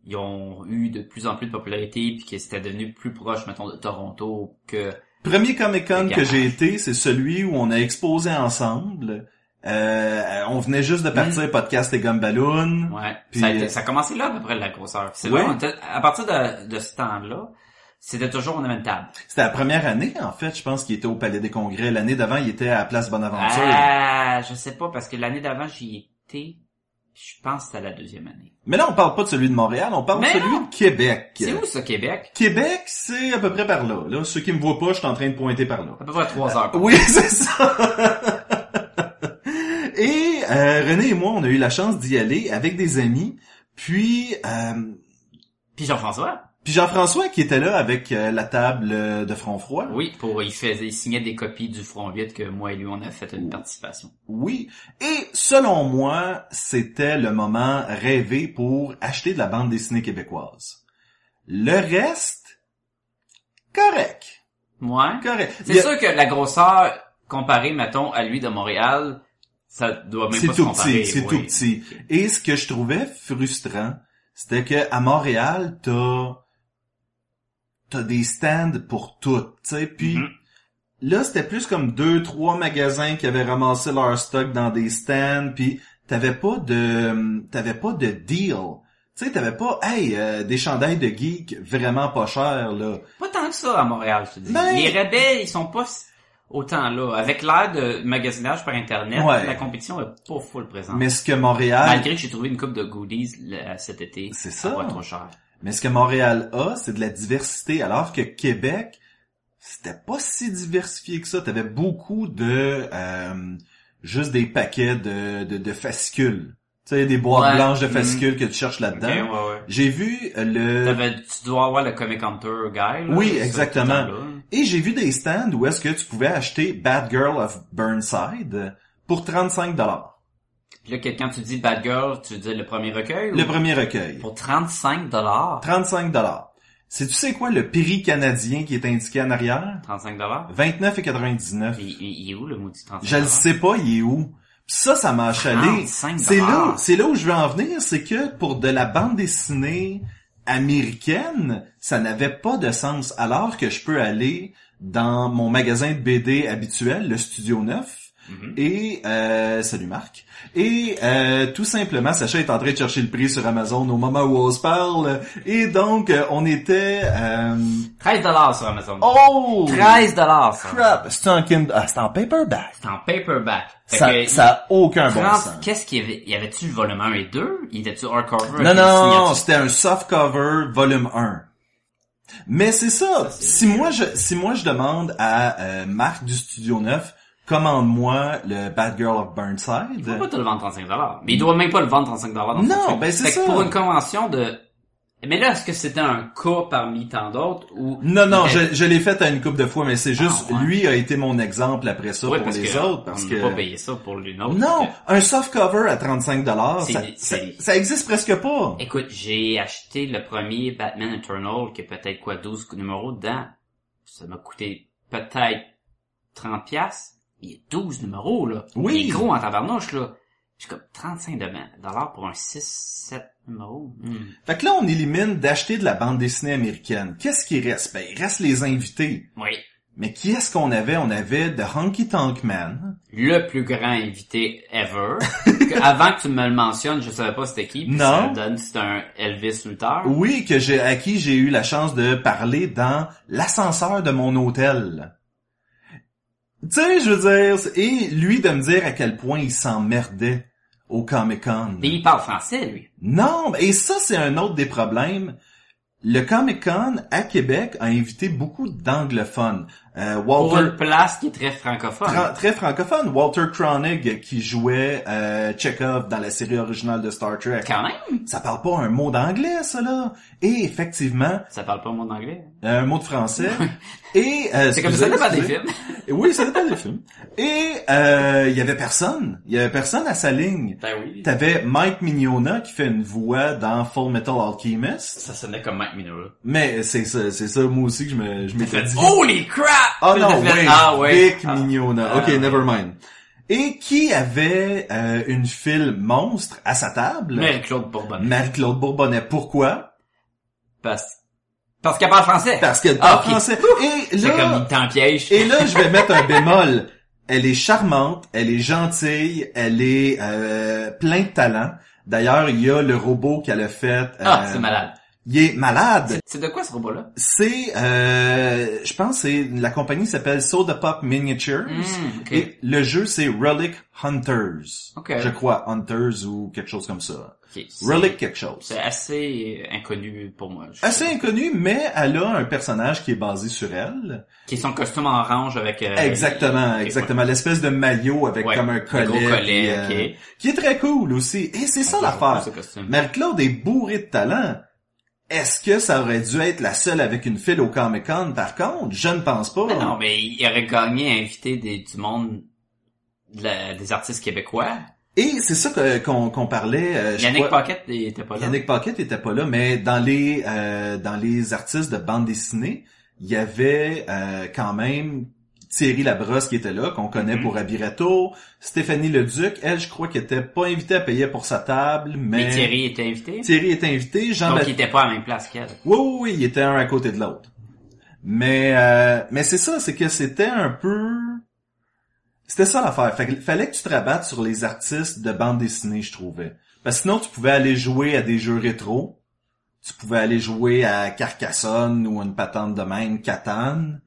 Speaker 1: ils ont eu de plus en plus de popularité puis que c'était devenu plus proche, mettons, de Toronto que...
Speaker 3: Premier Comic-Con
Speaker 1: Le
Speaker 3: que
Speaker 1: garage.
Speaker 3: j'ai été, c'est celui où on a exposé ensemble. Euh, on venait juste de
Speaker 1: Mm.
Speaker 3: partir podcast et Gumballoon.
Speaker 1: Ouais.
Speaker 3: Puis,
Speaker 1: ça, a
Speaker 3: euh,
Speaker 1: été- ça a commencé là, à peu près, la grosseur. C'est
Speaker 3: Ouais.
Speaker 1: là, on était- à partir de, de ce temps-là, c'était toujours, on avait une table.
Speaker 3: C'était la première année, en fait, je pense qu'il était au Palais des Congrès. L'année d'avant, il était à la Place Bonaventure.
Speaker 1: Ah, je sais pas, parce que l'année d'avant, j'y étais, je pense que c'était la deuxième année.
Speaker 3: Mais là, on parle pas de celui de Montréal, on parle de
Speaker 1: Mais
Speaker 3: celui
Speaker 1: non.
Speaker 3: de Québec.
Speaker 1: C'est où, ça, Québec?
Speaker 3: Québec, c'est à peu près par là. Là, ceux qui me voient pas, je suis en train de pointer par là.
Speaker 1: À peu près trois heures. [LAUGHS]
Speaker 3: Oui, c'est ça. et euh, René et moi, on a eu la chance d'y aller avec des amis. Puis, euh,
Speaker 1: Puis Jean-François?
Speaker 3: puis Jean-François qui était là avec euh, la table euh, de front froid.
Speaker 1: Oui, pour, il faisait, il signait des copies du Front 8 que moi et lui, on a fait
Speaker 3: Oh.
Speaker 1: une participation.
Speaker 3: Oui. Et selon moi, c'était le moment rêvé pour acheter de la bande dessinée québécoise. Le reste, correct.
Speaker 1: Ouais.
Speaker 3: Correct.
Speaker 1: C'est
Speaker 3: Il y a-
Speaker 1: sûr que la grosseur, comparée, mettons, à lui de Montréal, ça doit même
Speaker 3: C'est
Speaker 1: pas se
Speaker 3: tout
Speaker 1: comparer.
Speaker 3: petit, c'est
Speaker 1: oui.
Speaker 3: tout petit. Et ce que je trouvais frustrant, c'était que à Montréal, t'as t'as des stands pour tout, tu sais. Puis
Speaker 1: Mhm.
Speaker 3: là, c'était plus comme deux, trois magasins qui avaient ramassé leur stock dans des stands, puis t'avais pas de t'avais pas de deal. Tu sais, t'avais pas, hey, euh, des chandails de geek vraiment pas chers, là.
Speaker 1: Pas tant que ça à Montréal, je te dis.
Speaker 3: Ben-
Speaker 1: Les rebelles, ils sont pas s- autant là. Avec l'ère de magasinage par Internet,
Speaker 3: Ouais.
Speaker 1: la compétition est pas full présente.
Speaker 3: Mais ce que Montréal...
Speaker 1: Malgré que j'ai trouvé une coupe de goodies là, cet été.
Speaker 3: Ah. C'est
Speaker 1: à
Speaker 3: ça.
Speaker 1: Pas trop cher.
Speaker 3: Mais ce que Montréal a, c'est de la diversité, alors que Québec, c'était pas si diversifié que ça. T'avais beaucoup de euh, juste des paquets de, de, de fascicules. Tu sais, des boîtes
Speaker 1: Ouais.
Speaker 3: blanches de
Speaker 1: Mhm.
Speaker 3: fascicules que tu cherches là-dedans.
Speaker 1: Ok, ouais, ouais.
Speaker 3: J'ai vu euh, le...
Speaker 1: T'avais- tu dois avoir le Comic Hunter guy. là,
Speaker 3: Oui,
Speaker 1: ça, tout le
Speaker 3: exactement.
Speaker 1: temps, là.
Speaker 3: Et j'ai vu des stands où est-ce que tu pouvais acheter Bad Girl of Burnside pour 35$. dollars.
Speaker 1: Puis là, quelqu'un, tu dis Bad Girl, tu dis le premier recueil?
Speaker 3: Le
Speaker 1: ou-
Speaker 3: premier recueil.
Speaker 1: Pour 35 dollars.
Speaker 3: 35$. dollars. C'est tu sais quoi le prix canadien qui est indiqué en arrière?
Speaker 1: 35 dollars?
Speaker 3: 29,99$.
Speaker 1: Il, il- il est où le maudit 35
Speaker 3: Je le sais pas, il est où. Puis ça, ça m'a achalé.
Speaker 1: 35
Speaker 3: Ah, C'est là,
Speaker 1: dollars.
Speaker 3: c'est là où je veux en venir, c'est que pour de la bande dessinée américaine, ça n'avait pas de sens. Alors que je peux aller dans mon magasin de BD habituel, le Studio 9,
Speaker 1: Mhm.
Speaker 3: et euh, salut Marc. Et euh, tout simplement, Sacha est en train de chercher le prix sur Amazon au moment où on se parle. Et donc, euh, on était. euh,
Speaker 1: 13 dollars sur Amazon.
Speaker 3: Oh,
Speaker 1: 13 dollars. ça.
Speaker 3: crap, c'est en kind- ah, c'est en paperback.
Speaker 1: C'est en paperback. Fait
Speaker 3: Ça,
Speaker 1: que,
Speaker 3: ça a aucun bon
Speaker 1: France,
Speaker 3: sens.
Speaker 1: qu'est-ce qu'il y avait? Y avait-tu le volume 1 et 2? Y avait-tu hardcover?
Speaker 3: Non,
Speaker 1: avec une
Speaker 3: non,
Speaker 1: signature?
Speaker 3: c'était un soft cover volume 1. Mais c'est ça. si moi je si moi je demande à euh, Marc du Studio 9, commande-moi le Bad Girl of Burnside.
Speaker 1: Il doit pas te le vendre 35 Mais il doit même pas le vendre 35 dans son
Speaker 3: Non,
Speaker 1: truc.
Speaker 3: ben, c'est
Speaker 1: Fait que
Speaker 3: ça.
Speaker 1: pour une convention de... Mais là, est-ce que c'était un cas parmi tant d'autres ou...
Speaker 3: Non, non,
Speaker 1: Mais-
Speaker 3: je, je l'ai fait à une couple de fois, mais c'est juste,
Speaker 1: Ah, ouais.
Speaker 3: lui a été mon exemple après ça
Speaker 1: Ouais,
Speaker 3: pour
Speaker 1: parce
Speaker 3: les
Speaker 1: que
Speaker 3: autres, parce
Speaker 1: on
Speaker 3: que...
Speaker 1: n'a pas payé ça pour l'une autre.
Speaker 3: Non,
Speaker 1: Fait que-
Speaker 3: un soft cover à 35 dollars,
Speaker 1: C'est-
Speaker 3: ça, ça,
Speaker 1: c'est-
Speaker 3: ça existe presque pas.
Speaker 1: Écoute, j'ai acheté le premier Batman Eternal qui a peut-être quoi 12 numéros dedans. Ça m'a coûté peut-être 30 pièces. Il y a 12 numéros là.
Speaker 3: Oui.
Speaker 1: Il est gros en tabarnouche là. J'ai comme 35 de- dollars pour un 6 7 numéros. Hmm.
Speaker 3: Fait que là, on élimine d'acheter de la bande dessinée américaine. Qu'est-ce qui reste? Ben, il reste les invités.
Speaker 1: Oui.
Speaker 3: Mais qui est-ce qu'on avait? On avait The Honky Tonk Man.
Speaker 1: Le plus grand invité ever.
Speaker 3: [LAUGHS]
Speaker 1: Que- Avant que tu me le mentionnes, je savais pas c'était qui. puis Ça
Speaker 3: Non.
Speaker 1: donne c'est un Elvis Luther.
Speaker 3: Oui, que j'ai, à qui j'ai eu la chance de parler dans l'ascenseur de mon hôtel. Tu sais, je veux dire, c'est- et lui de me dire à quel point il s'emmerdait au Comic-Con.
Speaker 1: Mais il parle français lui.
Speaker 3: Non, et ça, c'est un autre des problèmes. Le Comic-Con à Québec a invité beaucoup d'anglophones. Euh,
Speaker 1: Pour
Speaker 3: Walter,
Speaker 1: une place qui est très francophone.
Speaker 3: Fran- très francophone, Walter Cronig qui jouait euh, Chekhov dans la série originale de Star Trek.
Speaker 1: Quand même.
Speaker 3: Ça parle pas un mot d'anglais, ça là. Et effectivement,
Speaker 1: Ça parle pas mon anglais. hein.
Speaker 3: un mot de
Speaker 1: [LAUGHS]
Speaker 3: français. Et euh,
Speaker 1: C'est comme ça
Speaker 3: excusez,
Speaker 1: dépend des
Speaker 3: excusez.
Speaker 1: films.
Speaker 3: Oui, ça dépend des films. Et euh, il y avait personne. Il y avait personne à sa ligne.
Speaker 1: Ben oui.
Speaker 3: T'avais Mike Mignona qui fait une voix dans Full Metal Alchemist.
Speaker 1: Ça sonnait comme Mike Minola.
Speaker 3: Mais c'est ça, c'est ça, moi aussi que je me, je m'étais dit.
Speaker 1: Holy crap!
Speaker 3: Ah
Speaker 1: Puis
Speaker 3: non,
Speaker 1: t'as fait,
Speaker 3: oui,
Speaker 1: Ah ouais.
Speaker 3: Vic
Speaker 1: Ah.
Speaker 3: Mignona. ok,
Speaker 1: Ah, ouais.
Speaker 3: never mind. Et qui avait euh, une file monstre à sa table?
Speaker 1: Mais Claude Bourbon.
Speaker 3: Marie-Claude Bourbonnet. Pourquoi?
Speaker 1: Parce, parce qu'elle parle français.
Speaker 3: Parce qu'elle
Speaker 1: Ah,
Speaker 3: parle
Speaker 1: ok.
Speaker 3: français. Et
Speaker 1: C'est comme
Speaker 3: là,
Speaker 1: il t'empiège.
Speaker 3: et là, je vais mettre un bémol. Elle est charmante, elle est gentille, elle est euh, plein de talent. D'ailleurs, il y a le robot qu'elle a fait.
Speaker 1: Ah,
Speaker 3: euh,
Speaker 1: c'est malade.
Speaker 3: Il est malade.
Speaker 1: C'est de quoi ce robot-là?
Speaker 3: C'est, euh, je pense, que c'est la compagnie s'appelle Soda Pop Miniatures.
Speaker 1: Hmm, ok.
Speaker 3: Et le jeu, c'est Relic Hunters.
Speaker 1: Ok.
Speaker 3: Je crois, Hunters ou quelque chose comme ça.
Speaker 1: Ok, c'est-
Speaker 3: Relic quelque chose.
Speaker 1: C'est assez inconnu pour moi. Je-
Speaker 3: Assez inconnu, mais elle a un personnage qui est basé sur elle.
Speaker 1: Qui est son costume en orange avec... euh,
Speaker 3: exactement,
Speaker 1: ok,
Speaker 3: exactement. L'espèce de maillot avec
Speaker 1: Ouais,
Speaker 3: comme un
Speaker 1: Un
Speaker 3: collet.
Speaker 1: gros collet,
Speaker 3: puis, euh,
Speaker 1: ok. Ah,
Speaker 3: Qui est très cool aussi. Et c'est ça l'affaire.
Speaker 1: Ce costume.
Speaker 3: Marie-Claude est bourrée de talent. Est-ce que ça aurait dû être la seule avec une file au Comic-Con, par contre? Je ne pense pas.
Speaker 1: Mais non, mais il aurait gagné à inviter des, du monde, de la- des artistes québécois.
Speaker 3: Et c'est ça que- qu'on qu'on parlait. euh, je
Speaker 1: Yannick
Speaker 3: crois-
Speaker 1: Paquette était pas là.
Speaker 3: Yannick Paquette était pas là, mais dans les euh, dans les artistes de bande dessinée, il y avait euh, quand même Thierry Labrosse qui était là, qu'on connaît
Speaker 1: Mhm.
Speaker 3: pour Abirato, Stéphanie Leduc, elle, je crois qu'elle était pas invitée à payer pour sa table, mais,
Speaker 1: Mais Thierry était invité.
Speaker 3: Thierry était invité, jean
Speaker 1: Donc, il était pas à la même place qu'elle.
Speaker 3: oui, oui, oui, il était un à côté de l'autre. Mais euh, mais c'est ça, c'est que c'était un peu... C'était ça l'affaire. Fait que fallait que tu te rabattes sur les artistes de bande dessinée, je trouvais. Parce que sinon, tu pouvais aller jouer à des jeux rétro. Tu pouvais aller jouer à Carcassonne ou une patente de même, Catane.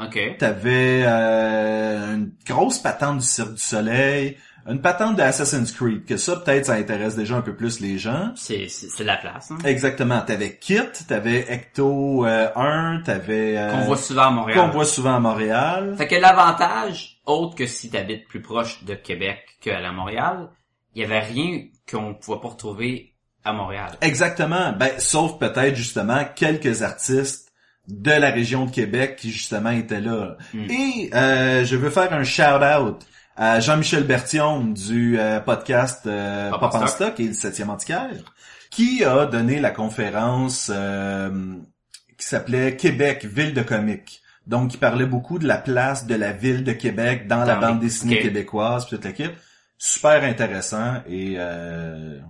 Speaker 1: OK.
Speaker 3: T'avais euh, une grosse patente du Cirque du Soleil, une patente d'Assassin's Creed, que ça, peut-être, ça intéresse déjà un peu plus les gens.
Speaker 1: C'est, c'est, c'est la place, hein.
Speaker 3: Exactement. T'avais Kit, t'avais Ecto euh, 1, t'avais... euh,
Speaker 1: Qu'on voit souvent à Montréal.
Speaker 3: qu'on voit souvent à Montréal.
Speaker 1: Fait que l'avantage, autre que si t'habites plus proche de Québec qu'à la Montréal, il y avait rien qu'on pouvait pas retrouver à Montréal.
Speaker 3: Exactement. Ben, sauf peut-être justement quelques artistes de la région de Québec qui justement étaient là.
Speaker 1: Mm.
Speaker 3: Et euh, je veux faire un shout-out à Jean-Michel Berthiaume du euh, podcast euh,
Speaker 1: Pop en
Speaker 3: Pop en
Speaker 1: Stock.
Speaker 3: Stock et le septième antiquaire, qui a donné la conférence euh, qui s'appelait Québec, ville de comique. Donc, il parlait beaucoup de la place de la ville de Québec dans, la
Speaker 1: Dans
Speaker 3: bande
Speaker 1: les-
Speaker 3: dessinée
Speaker 1: ok.
Speaker 3: québécoise, puis toute l'équipe. Super intéressant et euh,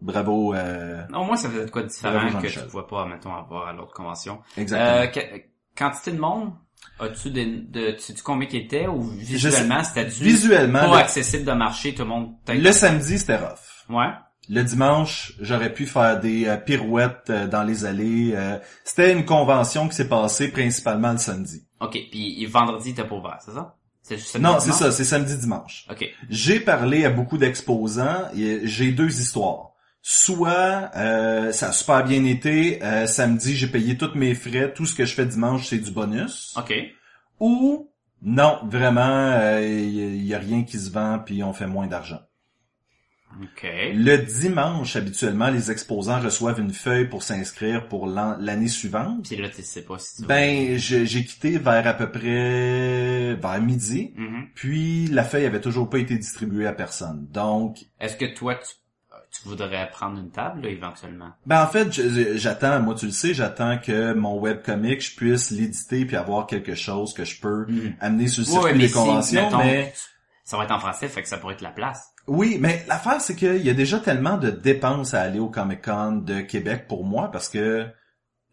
Speaker 3: bravo. euh,
Speaker 1: Au moins, ça faisait de quoi de
Speaker 3: Bravo,
Speaker 1: différent que tu
Speaker 3: Jean-Michel.
Speaker 1: pouvais pas, mettons, avoir à l'autre convention.
Speaker 3: exactement.
Speaker 1: Euh, que- quantité de monde? As-tu des, de, tu sais combien qu'il était ou
Speaker 3: sais-
Speaker 1: visuellement, c'était-tu
Speaker 3: Visuellement,
Speaker 1: pas
Speaker 3: le-
Speaker 1: accessible de marché, tout le monde peut-être-
Speaker 3: le, samedi, c'était rough.
Speaker 1: Ouais.
Speaker 3: Le dimanche, j'aurais pu faire des euh, pirouettes euh, dans les allées. euh, c'était une convention qui s'est passée principalement le samedi.
Speaker 1: OK. Puis, vendredi, t'as pas ouvert, c'est ça? C'est juste samedi,
Speaker 3: Non, c'est ça, c'est samedi-dimanche.
Speaker 1: OK.
Speaker 3: J'ai parlé à beaucoup d'exposants et j'ai deux histoires. Soit euh, ça a super bien été, euh, samedi j'ai payé tous mes frais, tout ce que je fais dimanche c'est du bonus.
Speaker 1: OK.
Speaker 3: Ou Non, vraiment, il y a rien qui se vend, puis on fait moins d'argent.
Speaker 1: OK.
Speaker 3: Le dimanche, habituellement, les exposants reçoivent une feuille pour s'inscrire pour l'an- l'année suivante.
Speaker 1: Puis là, tu sais pas si tu vas-
Speaker 3: Ben, je- j'ai quitté vers à peu près vers midi,
Speaker 1: Mhm.
Speaker 3: puis la feuille avait toujours pas été distribuée à personne. Donc,
Speaker 1: Est-ce que toi, tu, tu voudrais prendre une table, là, éventuellement?
Speaker 3: ben en fait, je- j'attends, moi tu le sais, j'attends que mon webcomic, je puisse l'éditer puis avoir quelque chose que Hmm. je peux amener sur le circuit
Speaker 1: Ouais, mais
Speaker 3: des
Speaker 1: si,
Speaker 3: conventions,
Speaker 1: mettons,
Speaker 3: mais...
Speaker 1: Ça va être en français, fait que ça pourrait être la place.
Speaker 3: Oui, mais l'affaire, c'est qu'il y a déjà tellement de dépenses à aller au Comic-Con de Québec pour moi, parce que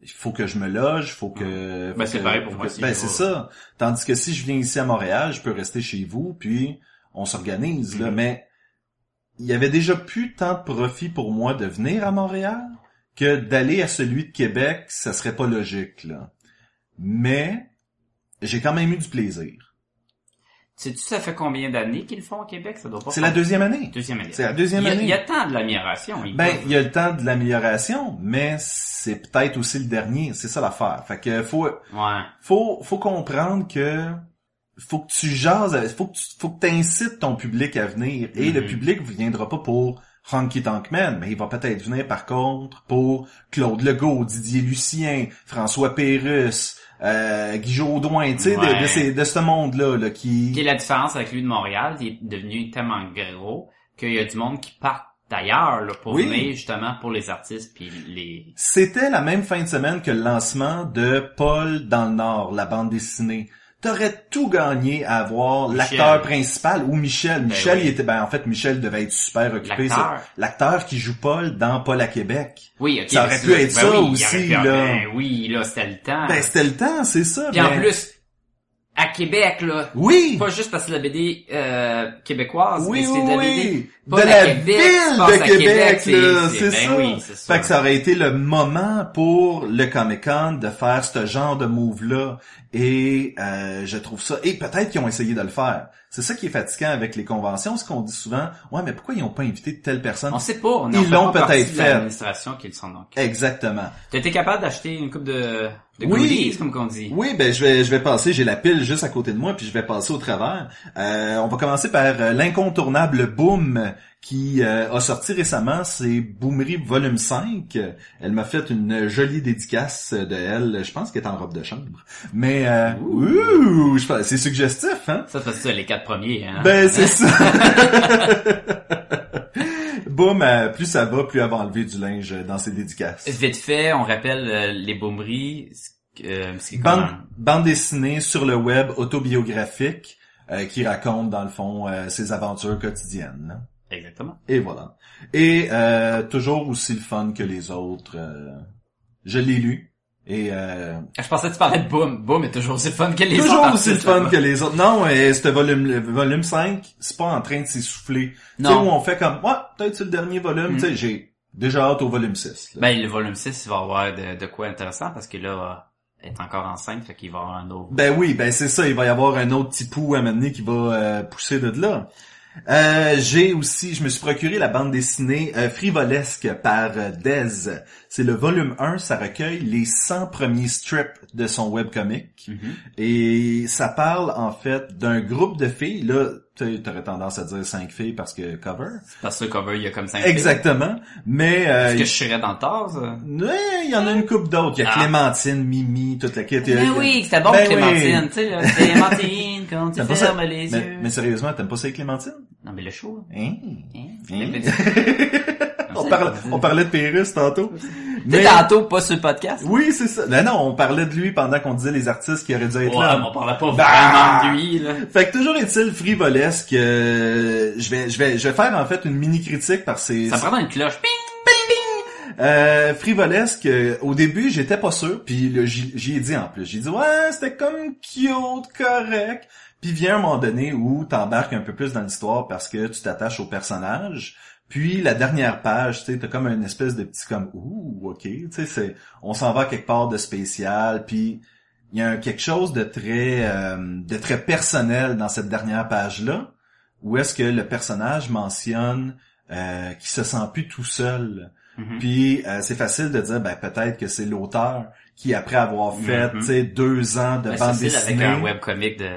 Speaker 3: il faut que je me loge, faut que...
Speaker 1: Ben,
Speaker 3: faut
Speaker 1: c'est
Speaker 3: que-
Speaker 1: pareil pour
Speaker 3: faut
Speaker 1: moi,
Speaker 3: que-
Speaker 1: si
Speaker 3: ben,
Speaker 1: je
Speaker 3: c'est
Speaker 1: vais.
Speaker 3: ça. Tandis que si je viens ici à Montréal, je peux rester chez vous, puis on s'organise, là.
Speaker 1: Mhm.
Speaker 3: Mais il y avait déjà plus tant de profit pour moi de venir à Montréal que d'aller à celui de Québec, ça serait pas logique, là. Mais j'ai quand même eu du plaisir.
Speaker 1: Sais-tu, ça fait combien d'années qu'ils le font au Québec? Ça doit pas
Speaker 3: C'est
Speaker 1: faire-
Speaker 3: la deuxième année.
Speaker 1: deuxième année.
Speaker 3: C'est la deuxième
Speaker 1: Il y a,
Speaker 3: année.
Speaker 1: il y a tant de l'admiration. ils
Speaker 3: Ben,
Speaker 1: peuvent-
Speaker 3: il y a le temps de l'amélioration, mais c'est peut-être aussi le dernier. C'est ça l'affaire. Fait que faut,
Speaker 1: Ouais.
Speaker 3: faut, faut comprendre que faut que tu jases, avec- faut que tu, faut que t'incites ton public à venir. Et le
Speaker 1: Mhm.
Speaker 3: public viendra pas pour Honky Tonk Man, mais il va peut-être venir par contre pour Claude Legault, Didier Lucien, François Pérusse, euh, Guy Jodoin, tu sais, de- de,
Speaker 1: Ouais.
Speaker 3: ces- de ce monde-là, là,
Speaker 1: Puis la différence avec lui de Montréal, il est devenu tellement gros qu'il y a du monde qui part d'ailleurs là, pour
Speaker 3: Oui.
Speaker 1: venir justement pour les artistes puis les.
Speaker 3: C'était la même fin de semaine que le lancement de Paul dans le Nord, la bande dessinée. T'aurais tout gagné à avoir
Speaker 1: Michel.
Speaker 3: l'acteur principal ou Michel. Michel,
Speaker 1: oui.
Speaker 3: il était, ben en fait, Michel devait être super occupé.
Speaker 1: L'acteur.
Speaker 3: C'est L'acteur qui joue Paul dans Paul à Québec.
Speaker 1: Oui, ok.
Speaker 3: Ça aurait pu
Speaker 1: là,
Speaker 3: être
Speaker 1: ben
Speaker 3: ça
Speaker 1: oui, il
Speaker 3: aussi,
Speaker 1: aurait pu-
Speaker 3: là.
Speaker 1: Ben oui, là c'était le temps.
Speaker 3: Ben c'était le temps, c'est ça.
Speaker 1: Ah. puis en
Speaker 3: mais-
Speaker 1: plus, à Québec
Speaker 3: [LAUGHS]
Speaker 1: là,
Speaker 3: oui,
Speaker 1: pas juste parce que c'est la BD euh, québécoise, mais
Speaker 3: oui,
Speaker 1: c'est
Speaker 3: oui,
Speaker 1: de la BD.
Speaker 3: oui, de
Speaker 1: Paul à
Speaker 3: la
Speaker 1: Québec,
Speaker 3: ville
Speaker 1: se passe
Speaker 3: de
Speaker 1: à
Speaker 3: Québec,
Speaker 1: Québec,
Speaker 3: là,
Speaker 1: c'est-
Speaker 3: c'est
Speaker 1: ben
Speaker 3: ça.
Speaker 1: oui, c'est
Speaker 3: fait
Speaker 1: sûr.
Speaker 3: que ça aurait été le moment pour le Comic Con de faire ce genre de move là, et euh, je trouve ça. Et peut-être qu'ils ont essayé de le faire. C'est ça qui est fatigant avec les conventions, ce qu'on dit souvent. Ouais, mais pourquoi ils n'ont pas invité telle personne
Speaker 1: On sait pas. On
Speaker 3: Ils l'ont peut-être fait.
Speaker 1: L'administration qu'ils sont donc.
Speaker 3: Exactement.
Speaker 1: T'as été capable d'acheter une coupe de, de
Speaker 3: Oui.
Speaker 1: goodies, comme qu'on dit.
Speaker 3: Oui, ben je vais je vais passer, j'ai la pile juste à côté de moi puis je vais passer au travers. Euh, on va commencer par euh, l'incontournable Boom qui euh, a sorti récemment ses Boomerie volume 5. Elle m'a fait une jolie dédicace de elle, je pense qu'elle est en robe de chambre. Mais euh,
Speaker 1: Ouh.
Speaker 3: ouh, je pense- c'est suggestif hein.
Speaker 1: Ça, c'est parce que les quatre premiers, hein.
Speaker 3: Ben c'est ça. [LAUGHS] Boom, euh, plus ça va, plus elle va enlever du linge dans ses dédicaces.
Speaker 1: Vite fait, on rappelle euh, les boomeries. ce que- euh, ce qui est comme
Speaker 3: Bande,
Speaker 1: un-
Speaker 3: bande dessinée sur le web autobiographique euh, qui raconte dans le fond euh, ses aventures quotidiennes.
Speaker 1: Exactement.
Speaker 3: Et voilà. Et euh, toujours aussi le fun que les autres. euh, je l'ai lu. Et euh,
Speaker 1: Ah, Je pensais que tu parlais de Boom. Boom est toujours aussi fun que les autres.
Speaker 3: toujours aussi le
Speaker 1: artistes,
Speaker 3: fun
Speaker 1: là.
Speaker 3: que les autres. Non, et ce volume le volume 5, c'est pas en train de s'essouffler. Tu sais
Speaker 1: Non.
Speaker 3: où on fait comme ouais, peut-être c'est le dernier volume,
Speaker 1: Mm.
Speaker 3: tu sais, j'ai déjà hâte au volume 6. là.
Speaker 1: Ben, le volume 6, il va y avoir de, de quoi intéressant parce que là, euh, elle est encore enceinte, fait qu'il va y avoir un autre.
Speaker 3: Ben oui, ben c'est ça, il va y avoir un autre petit pou à m'amener qui va euh, pousser de là. Euh, j'ai aussi, je me suis procuré la bande dessinée euh, Frivolesque par euh, Dez. C'est le volume 1, ça recueille les 100 premiers strips de son webcomic.
Speaker 1: Mhm.
Speaker 3: Et ça parle en fait d'un groupe de filles, là, tu sais, t'aurais tendance à dire 5 filles parce que cover.
Speaker 1: C'est Parce que cover, il y a comme 5
Speaker 3: Exactement, mais... euh,
Speaker 1: Est-ce que je serais dans le tort, ça?
Speaker 3: ouais, il y en a une coupe d'autres. Il y a
Speaker 1: Ah.
Speaker 3: Clémentine, Mimi, toute la quête.
Speaker 1: Ben oui, c'était bon,
Speaker 3: Ben
Speaker 1: Clémentine,
Speaker 3: oui.
Speaker 1: tu sais, là, Clémentine,
Speaker 3: [LAUGHS]
Speaker 1: quand tu
Speaker 3: T'aimes pas ça?
Speaker 1: fermes les
Speaker 3: Mais,
Speaker 1: yeux.
Speaker 3: mais sérieusement, t'aimes pas ça avec Clémentine?
Speaker 1: Non, mais le show, là.
Speaker 3: Hein?
Speaker 1: hein?
Speaker 3: Hein?
Speaker 1: Le petit-
Speaker 3: [LAUGHS] on, parlait, on parlait de Pérus tantôt.
Speaker 1: Tu sais,
Speaker 3: Mais-
Speaker 1: tantôt, pas sur le podcast.
Speaker 3: Oui, c'est ça. Ben non, on parlait de lui pendant qu'on disait les artistes qui auraient dû être
Speaker 1: Ouais,
Speaker 3: là.
Speaker 1: mais on parlait pas
Speaker 3: Bah!
Speaker 1: vraiment de lui, là.
Speaker 3: Fait que toujours est-il frivolesque. euh, je vais, je vais, je vais faire en fait une mini critique par ces.
Speaker 1: Ça prend une cloche. Ping!
Speaker 3: Euh, frivolesque. euh, au début, j'étais pas sûr, puis le- j'y j'y ai dit en plus. J'ai dit ouais, c'était comme cute, correct. Puis vient un moment donné où t'embarques un peu plus dans l'histoire parce que tu t'attaches au personnage. Puis la dernière page, tu sais, t'as comme une espèce de petit comme ouh, ok, tu sais, c'est on s'en va quelque part de spécial. Puis il y a un- quelque chose de très euh, de très personnel dans cette dernière page là, où est-ce que le personnage mentionne euh, qu'il se sent plus tout seul.
Speaker 1: Mhm.
Speaker 3: Puis euh, c'est facile de dire ben peut-être que c'est l'auteur qui après avoir fait
Speaker 1: Mhm.
Speaker 3: tu sais, deux ans de
Speaker 1: Mais
Speaker 3: bande
Speaker 1: c'est facile
Speaker 3: dessinée
Speaker 1: avec un webcomic de,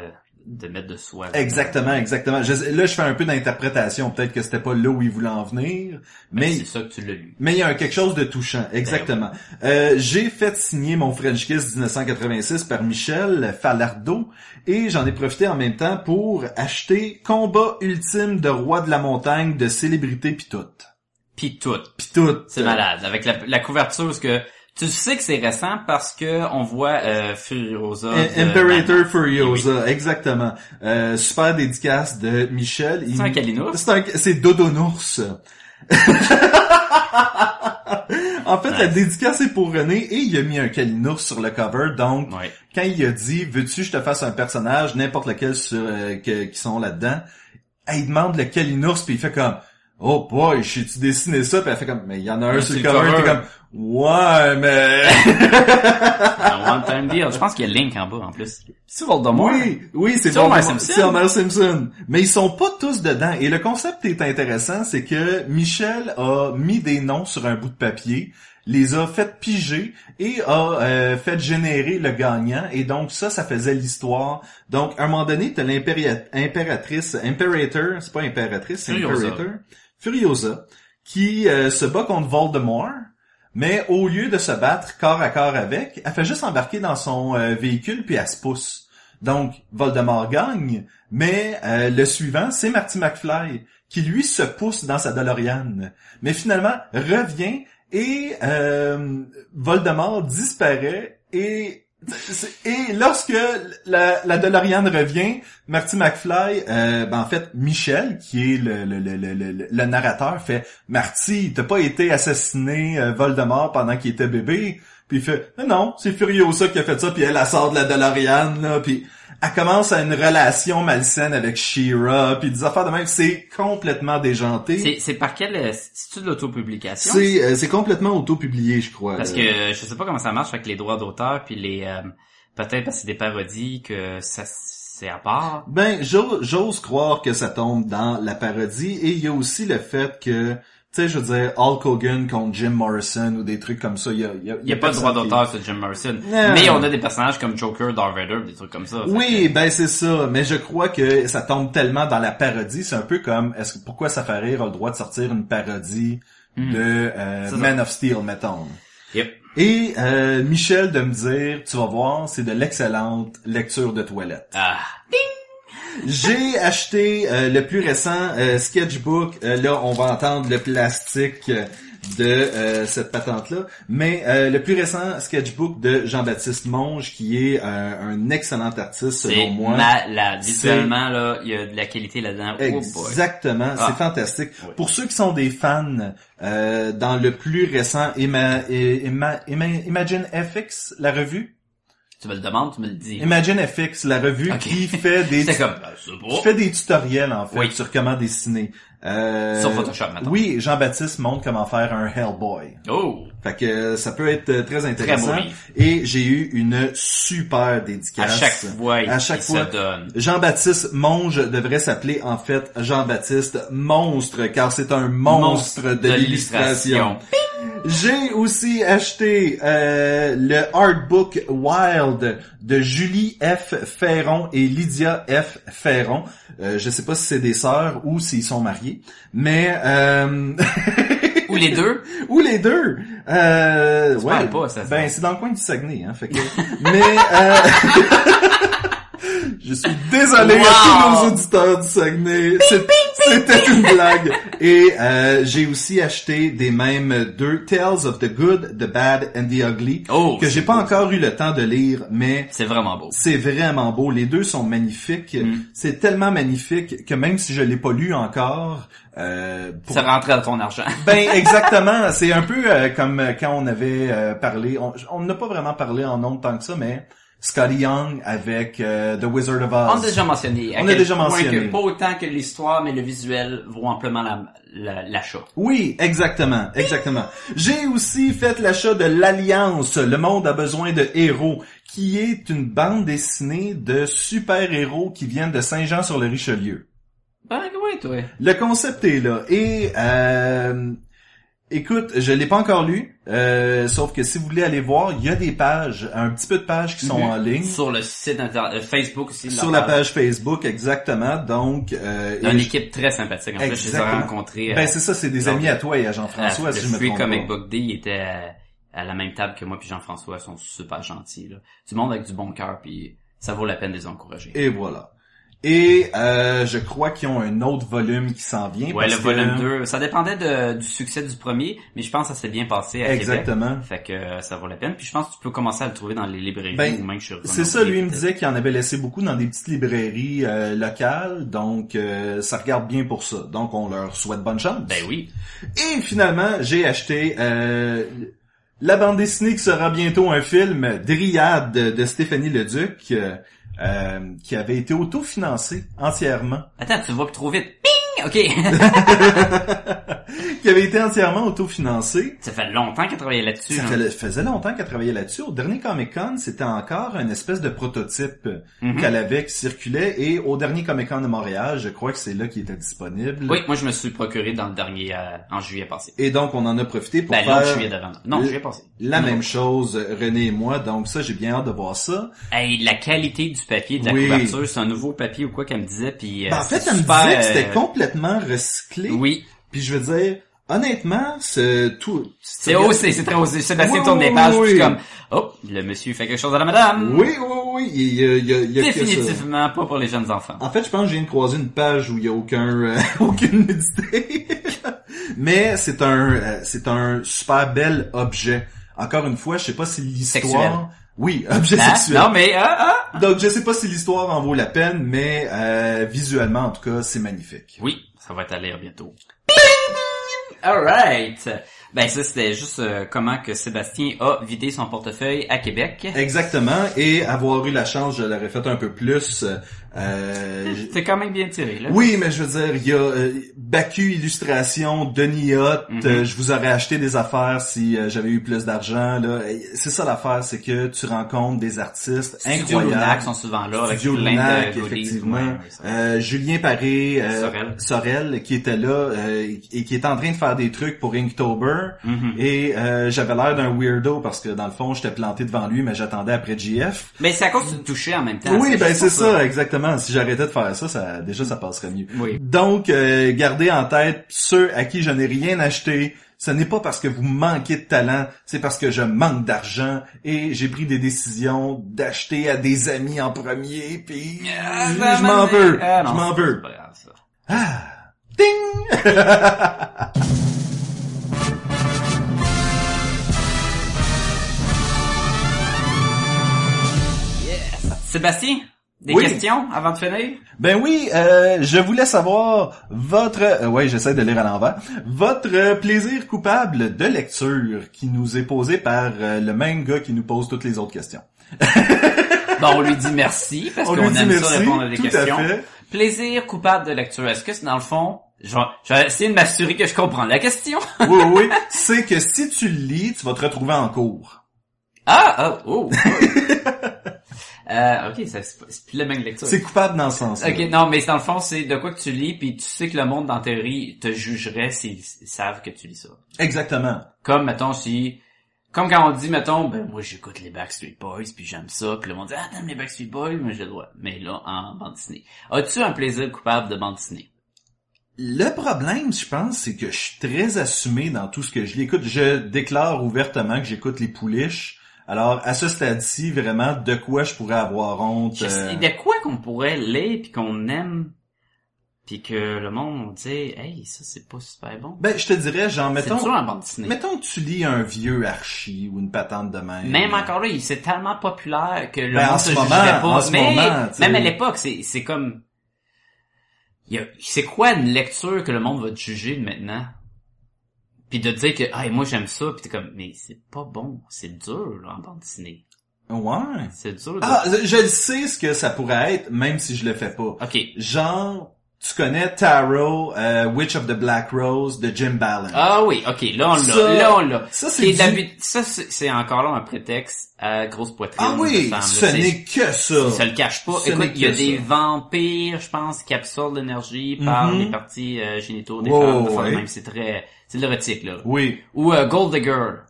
Speaker 1: de mettre de soi.
Speaker 3: Exactement, exactement. Je- là, je fais un peu d'interprétation. Peut-être que c'était pas là où il voulait en venir,
Speaker 1: Mais
Speaker 3: mais
Speaker 1: Ben, c'est ça Ben que tu l'as lu.
Speaker 3: mais il y a un quelque chose de touchant, exactement. Euh, J'ai fait signer mon French Kiss 1986 par Michel Falardeau et j'en ai profité en même temps pour acheter Combat ultime de roi de la montagne de célébrité pis tout.
Speaker 1: Puis tout.
Speaker 3: Pis tout.
Speaker 1: C'est malade. Avec la, la couverture, parce que tu sais que c'est récent parce que on voit euh, Furiosa. de-
Speaker 3: I- Imperator
Speaker 1: Eh
Speaker 3: Furiosa, exactement. Euh, super dédicace de Michel. Il-
Speaker 1: C'est un Kalinours.
Speaker 3: C'est un- c'est [LAUGHS] Dodonours. en fait, la dédicace est pour René et il a mis un Kalinours sur le cover, donc
Speaker 1: Ouais.
Speaker 3: quand il a dit veux-tu que je te fasse un personnage n'importe lequel sur euh, que- qui sont là-dedans elle demande le Kalinours puis il fait comme oh boy j'ai tu dessiné ça puis elle fait comme mais il y en a un
Speaker 1: Mais
Speaker 3: sur le cover t'es comme ouais mais
Speaker 1: Un one time deal. Je pense qu'il y a Link en bas en plus. C'est Voldemort.
Speaker 3: oui oui c'est
Speaker 1: C'est Homer
Speaker 3: Voldemort-
Speaker 1: Simpson.
Speaker 3: c'est Homer Simpson mais ils sont pas tous dedans et le concept est intéressant c'est que Michel a mis des noms sur un bout de papier les a fait piger et a euh, fait générer le gagnant. Et donc ça, ça faisait l'histoire. Donc à un moment donné, t'as l'impératrice, Imperator, c'est pas impératrice, c'est
Speaker 1: Furiosa.
Speaker 3: Imperator, Furiosa, qui euh, se bat contre Voldemort. Mais au lieu de se battre corps à corps avec, elle fait juste embarquer dans son euh, véhicule puis elle se pousse. Donc Voldemort gagne, mais euh, le suivant, c'est Marty McFly qui lui se pousse dans sa DeLorean. Mais finalement, revient et euh, Voldemort disparaît et et lorsque la, la DeLorean revient, Marty McFly, euh, ben en fait Michel, qui est le, le, le, le, le- le narrateur, fait Marty, t'as pas été assassiné euh, Voldemort pendant qu'il était bébé. Puis il fait non, non, c'est Furiosa qui a fait ça. Puis elle, elle sort de la DeLorean là. Puis elle commence à une relation malsaine avec She-Ra. Puis des affaires de même, c'est complètement déjanté.
Speaker 1: C'est, c'est par quel... euh, C'est-tu de l'autopublication?
Speaker 3: C'est euh, c'est complètement auto-publié, je crois.
Speaker 1: Parce
Speaker 3: là.
Speaker 1: que euh, je sais pas comment ça marche avec les droits d'auteur puis les... euh, peut-être parce que c'est des parodies que ça c'est à part.
Speaker 3: Ben, j'o- j'ose croire que ça tombe dans la parodie et il y a aussi le fait que, tu sais, je veux dire, Hulk Hogan contre Jim Morrison ou des trucs comme ça, il y a, il y a-
Speaker 1: Il y a pas de droit
Speaker 3: personne qui-
Speaker 1: d'auteur sur Jim Morrison.
Speaker 3: Non.
Speaker 1: Mais on a des personnages comme Joker, Darth Vader, des trucs comme ça. Fait
Speaker 3: Oui, ben c'est ça, mais je crois que ça tombe tellement dans la parodie, c'est un peu comme, est-ce que pourquoi ça fait rire a le droit de sortir une parodie
Speaker 1: Hmm.
Speaker 3: de euh,
Speaker 1: C'est ça.
Speaker 3: Man of Steel, mettons.
Speaker 1: que- Yep.
Speaker 3: Et euh, Michel de me dire, tu vas voir, c'est de l'excellente lecture de toilette.
Speaker 1: Ah.
Speaker 3: J'ai acheté euh, le plus récent euh, sketchbook. Euh, là, on va entendre le plastique euh, de euh, cette patente-là. Mais euh, le plus récent sketchbook de Jean-Baptiste Monge, qui est euh, un excellent artiste
Speaker 1: C'est
Speaker 3: selon moi.
Speaker 1: malade.
Speaker 3: c'est-
Speaker 1: Visuellement, là, il y a de la qualité là-dedans. Oh boy.
Speaker 3: Exactement,
Speaker 1: Ah.
Speaker 3: c'est fantastique.
Speaker 4: Oui.
Speaker 3: Pour ceux qui sont des fans, euh, dans le plus récent Ima- Ima- Ima- Imagine FX, la revue,
Speaker 1: Tu me le demandes, tu me le dis.
Speaker 3: Imagine FX, la revue
Speaker 1: Ok.
Speaker 3: qui fait des
Speaker 1: C'était comme, ben, [LAUGHS] c'est
Speaker 3: qui
Speaker 1: beau.
Speaker 3: fait des tutoriels en fait
Speaker 1: Oui.
Speaker 3: sur comment dessiner. Euh,
Speaker 1: Sur Photoshop, maintenant.
Speaker 3: Oui, Jean-Baptiste montre comment faire un Hellboy.
Speaker 1: Oh,
Speaker 3: Fait que euh, ça peut être euh, très
Speaker 1: très beau
Speaker 3: intéressant.
Speaker 1: livre.
Speaker 3: Et j'ai eu une super
Speaker 1: À
Speaker 3: dédicace.
Speaker 1: chaque fois, il,
Speaker 3: À chaque
Speaker 1: il
Speaker 3: fois.
Speaker 1: se donne.
Speaker 3: Jean-Baptiste Monge devrait s'appeler en fait Jean-Baptiste Monstre car c'est un monstre, de, l'illustration. J'ai aussi acheté euh, le artbook Wild de Julie F. Ferron et Lydia F. Ferron. Euh, je sais pas si c'est des sœurs ou s'ils sont mariés, mais euh, [LAUGHS]
Speaker 1: Ou les deux.
Speaker 3: ou les deux. Euh,
Speaker 1: Tu
Speaker 3: ouais,
Speaker 1: parles pas, ça se
Speaker 3: ben
Speaker 1: passe.
Speaker 3: c'est dans le coin du Saguenay, hein. Fait que, mais euh, [LAUGHS] je suis désolé à tous
Speaker 1: Wow.
Speaker 3: nos auditeurs du Saguenay. C'est- C'était une blague. Et euh, j'ai aussi acheté des mêmes deux Tales of the Good, the Bad and the Ugly
Speaker 1: Oh,
Speaker 3: que j'ai
Speaker 1: c'est
Speaker 3: pas
Speaker 1: beau.
Speaker 3: encore eu le temps de lire, mais
Speaker 1: C'est vraiment beau.
Speaker 3: c'est vraiment beau. Les deux sont magnifiques.
Speaker 1: Mm.
Speaker 3: C'est tellement magnifique que même si je l'ai pas lu encore, euh, pour-
Speaker 1: Ça rentrait dans ton argent.
Speaker 3: ben exactement. C'est un peu euh, comme euh, quand on avait euh, parlé. On on n'a pas vraiment parlé en nombre tant que ça, mais Scotty Young avec euh, The Wizard of Oz.
Speaker 1: On a déjà mentionné. à
Speaker 3: On a
Speaker 1: quel
Speaker 3: déjà
Speaker 1: point
Speaker 3: mentionné.
Speaker 1: Que, pas autant que l'histoire, mais le visuel vaut amplement la- la- l'achat.
Speaker 3: Oui, exactement, exactement. J'ai aussi fait l'achat de l'Alliance, Le Monde a besoin de héros, qui est une bande dessinée de super-héros qui viennent de Saint-Jean-sur-le-Richelieu.
Speaker 1: ben oui, toi.
Speaker 3: Le concept est là et euh, Écoute, je l'ai pas encore lu, euh, sauf que si vous voulez aller voir, il y a des pages, un petit peu de pages qui sont
Speaker 1: Mhm.
Speaker 3: en ligne.
Speaker 1: Sur le site inter- euh, Facebook aussi. de
Speaker 3: Sur la
Speaker 1: page.
Speaker 3: page Facebook, exactement. Donc, euh, et
Speaker 1: D'une
Speaker 3: je-
Speaker 1: équipe très sympathique. En fait, je les ai
Speaker 3: Exactement.
Speaker 1: rencontrés.
Speaker 3: ben c'est ça, c'est des
Speaker 1: euh, donc,
Speaker 3: amis à toi et à
Speaker 1: à,
Speaker 3: Jean-François, si je
Speaker 1: le
Speaker 3: me
Speaker 1: Free
Speaker 3: trompe
Speaker 1: Comic
Speaker 3: pas.
Speaker 1: Book Day, il était à, à la même table que moi puis Jean-François. Ils sont super gentils. Là. Du monde avec du bon cœur puis ça vaut la peine de les encourager.
Speaker 3: Et voilà. Et euh, je crois qu'ils ont un autre volume qui s'en vient.
Speaker 1: ouais,
Speaker 3: parce
Speaker 1: le
Speaker 3: que-
Speaker 1: volume 2, ça dépendait de- du succès du premier, mais je pense que ça s'est bien passé à Québec.
Speaker 3: Exactement.
Speaker 1: Fait que euh, ça vaut la peine. Puis je pense que tu peux commencer à le trouver dans les librairies
Speaker 3: Ben,
Speaker 1: ou même chez
Speaker 3: C'est ça, lui, il me disait qu'il en avait laissé beaucoup dans des petites librairies euh, locales, donc euh, ça regarde bien pour ça. Donc on leur souhaite bonne chance.
Speaker 1: Ben oui.
Speaker 3: Et finalement, j'ai acheté euh, la bande dessinée qui sera bientôt un film, Dryade de Stéphanie Leduc, euh, euh, qui avait été autofinancé entièrement.
Speaker 1: Attends, tu vas trop vite. Ping! OK. [LAUGHS]
Speaker 3: qui avait été entièrement autofinancé.
Speaker 1: ça fait longtemps qu'elle travaillait là-dessus.
Speaker 3: Ça
Speaker 1: hein.
Speaker 3: fait- faisait longtemps qu'elle travaillait là-dessus. Au dernier Comic-Con, c'était encore une espèce de prototype euh,
Speaker 1: Mhm.
Speaker 3: qu'elle avait qui circulait. Et au dernier Comic-Con de Montréal, je crois que c'est là qu'il était disponible.
Speaker 1: Oui, moi je me suis procuré dans le dernier euh, en juillet passé.
Speaker 3: Et donc, on en a profité pour
Speaker 1: Ben
Speaker 3: faire
Speaker 1: l'autre juillet d'avant. Non,
Speaker 3: le-
Speaker 1: juillet passé.
Speaker 3: la
Speaker 1: Non.
Speaker 3: même chose, René et moi. Donc ça, j'ai bien hâte de voir ça.
Speaker 1: Hey, la qualité du papier, de la
Speaker 3: Oui.
Speaker 1: couverture, c'est un nouveau papier ou quoi qu'elle me disait, puis euh,
Speaker 3: Ben, en fait,
Speaker 1: c'est
Speaker 3: elle me
Speaker 1: super,
Speaker 3: disait que c'était
Speaker 1: euh,
Speaker 3: complètement recyclé.
Speaker 1: Oui,
Speaker 3: Puis je veux dire, honnêtement, ce tout.
Speaker 1: c'est haussé, c'est très haussé. Sébastien
Speaker 3: Oui,
Speaker 1: tourne les
Speaker 3: oui,
Speaker 1: pages,
Speaker 3: oui.
Speaker 1: puis comme, oh, le monsieur fait quelque chose à la madame.
Speaker 3: Oui, oui, oui. Il y a, il y a- il y a que ça.
Speaker 1: Définitivement pas pour les jeunes enfants.
Speaker 3: En fait, je pense que j'ai croisé une page où il y a aucun euh, [LAUGHS] aucune nudité. Mais c'est un euh, c'est un super bel objet. Encore une fois, je sais pas si
Speaker 1: Sexuel.
Speaker 3: l'histoire. Oui, objet
Speaker 1: Hein?
Speaker 3: sexuel.
Speaker 1: Non mais ah, ah.
Speaker 3: Donc je sais pas si l'histoire en vaut la peine, mais euh, visuellement en tout cas, c'est magnifique.
Speaker 1: Oui, ça va être à l'air bientôt. Alright. Ben ça c'était juste euh, comment que Sébastien a vidé son portefeuille à Québec.
Speaker 3: Exactement. Et avoir eu la chance, je l'aurais fait un peu plus. euh, euh, j-
Speaker 1: C'est quand même bien tiré là.
Speaker 3: oui, mais je veux dire, il y a euh, Bacu Illustration, Denis Hott,
Speaker 1: Mhm.
Speaker 3: euh, je vous aurais acheté des affaires si euh, j'avais eu plus d'argent. là. Et C'est ça l'affaire, c'est que tu rencontres des artistes
Speaker 1: Studio
Speaker 3: incroyables.
Speaker 1: Lunac sont souvent là avec
Speaker 3: Studio
Speaker 1: plein
Speaker 3: Lunac,
Speaker 1: de goodies.
Speaker 3: effectivement.
Speaker 1: Ouais, ouais, ça-
Speaker 3: Euh, Julien Paré, euh,
Speaker 1: Sorel.
Speaker 3: Sorel, qui était là euh, et qui est en train de faire des trucs pour Inktober.
Speaker 1: Mhm.
Speaker 3: Et euh, j'avais l'air d'un weirdo parce que dans le fond, j'étais planté devant lui, mais j'attendais après JF.
Speaker 1: Mais Ah, c'est à cause du toucher en même temps.
Speaker 3: Oui, ben
Speaker 1: juste
Speaker 3: c'est
Speaker 1: pour
Speaker 3: ça, exactement. Si j'arrêtais de faire ça, ça déjà ça passerait mieux.
Speaker 1: Oui.
Speaker 3: Donc, euh, gardez en tête ceux à qui je n'ai rien acheté. Ce n'est pas parce que vous manquez de talent, c'est parce que je manque d'argent et j'ai pris des décisions d'acheter à des amis en premier, puis
Speaker 1: Ah,
Speaker 3: je-
Speaker 1: ben,
Speaker 3: je
Speaker 1: ben,
Speaker 3: m'en veux,
Speaker 1: ah, non,
Speaker 3: je m'en
Speaker 1: c'est
Speaker 3: veux.
Speaker 1: pas grave, ça.
Speaker 3: Ding!
Speaker 1: Sébastien, des
Speaker 3: Oui.
Speaker 1: questions avant de finir?
Speaker 3: Ben oui, euh, je voulais savoir votre, euh, ouais, j'essaie de lire à l'envers, votre euh, plaisir coupable de lecture qui nous est posé par euh, le même gars qui nous pose toutes les autres questions.
Speaker 1: Bon, Ben, on lui dit merci parce
Speaker 3: On
Speaker 1: qu'on
Speaker 3: lui
Speaker 1: aime
Speaker 3: dit
Speaker 1: ça
Speaker 3: merci,
Speaker 1: répondre à des
Speaker 3: tout
Speaker 1: questions.
Speaker 3: à fait.
Speaker 1: Plaisir coupable de lecture. Est-ce que c'est dans le fond? Je vais, je vais essayer de m'assurer que je comprends la question. [LAUGHS]
Speaker 3: Oui, oui, oui. c'est que si tu le lis, tu vas te retrouver en cours.
Speaker 1: Ah, oh, oh. euh, ok, ça, c'est pas- c'est plus la même lecture.
Speaker 3: C'est coupable dans ce sens.
Speaker 1: Ok, non, mais dans le fond, c'est de quoi que tu lis, puis tu sais que le monde, en théorie, te jugerait s'ils savent que tu lis ça.
Speaker 3: Exactement.
Speaker 1: Comme, mettons, si... Comme quand on dit, mettons, ben moi j'écoute les Backstreet Boys, puis j'aime ça, puis le monde dit, ah t'aimes les Backstreet Boys, mais j'ai le droit. Mais là, en bande dessinée. As-tu un plaisir coupable de bande dessinée?
Speaker 3: Le problème, je pense, c'est que je suis très assumé dans tout ce que je lis. Écoute, je déclare ouvertement que j'écoute les pouliches. Alors, à ce stade-ci, vraiment, de quoi je pourrais avoir honte?
Speaker 1: Je
Speaker 3: euh,
Speaker 1: sais- De quoi qu'on pourrait lire, puis qu'on aime, puis que le monde dit, hey, ça c'est pas super bon.
Speaker 3: Ben, je te dirais, genre,
Speaker 1: C'est
Speaker 3: mettons,
Speaker 1: toujours en bande dessinée.
Speaker 3: mettons que tu lis un vieux archi ou une patente de même.
Speaker 1: Même encore là, il- c'est tellement populaire que le
Speaker 3: Ben, en
Speaker 1: monde
Speaker 3: ce
Speaker 1: se
Speaker 3: moment,
Speaker 1: jugeait
Speaker 3: en
Speaker 1: pas.
Speaker 3: ce
Speaker 1: Mais
Speaker 3: moment, tu sais.
Speaker 1: même à l'époque, c'est c'est comme il y a- c'est quoi une lecture que le monde va te juger de maintenant Puis de dire que ah moi j'aime ça, puis t'es comme mais c'est pas bon, c'est dur là en bande dessinée,
Speaker 3: Ouais.
Speaker 1: c'est dur. de-
Speaker 3: Ah, je le sais ce que ça pourrait être, même si je le fais pas.
Speaker 1: ok,
Speaker 3: Genre, tu connais Tarot, euh, Witch of the Black Rose de Jim Ballan.
Speaker 1: Ah oui, ok, là on
Speaker 3: Ça-
Speaker 1: l'a, là on l'a.
Speaker 3: ça, c'est
Speaker 1: Qui est
Speaker 3: du-
Speaker 1: d'habi- Ça, c'est c'est encore là un prétexte à grosse poitrine.
Speaker 3: Ah oui,
Speaker 1: me semble.
Speaker 3: ce
Speaker 1: C'est-
Speaker 3: n'est que ça.
Speaker 1: Ils se le cachent pas.
Speaker 3: Ce n'est
Speaker 1: Écoute, il y a
Speaker 3: que
Speaker 1: des
Speaker 3: ça.
Speaker 1: vampires, je pense, qui absorbent l'énergie par
Speaker 3: Mhm.
Speaker 1: les parties euh, génitaux des
Speaker 3: Wow,
Speaker 1: femmes. de fois de
Speaker 3: ouais.
Speaker 1: même, c'est très, c'est de l'érotique, là.
Speaker 3: Oui.
Speaker 1: Ou euh, Gold Digger,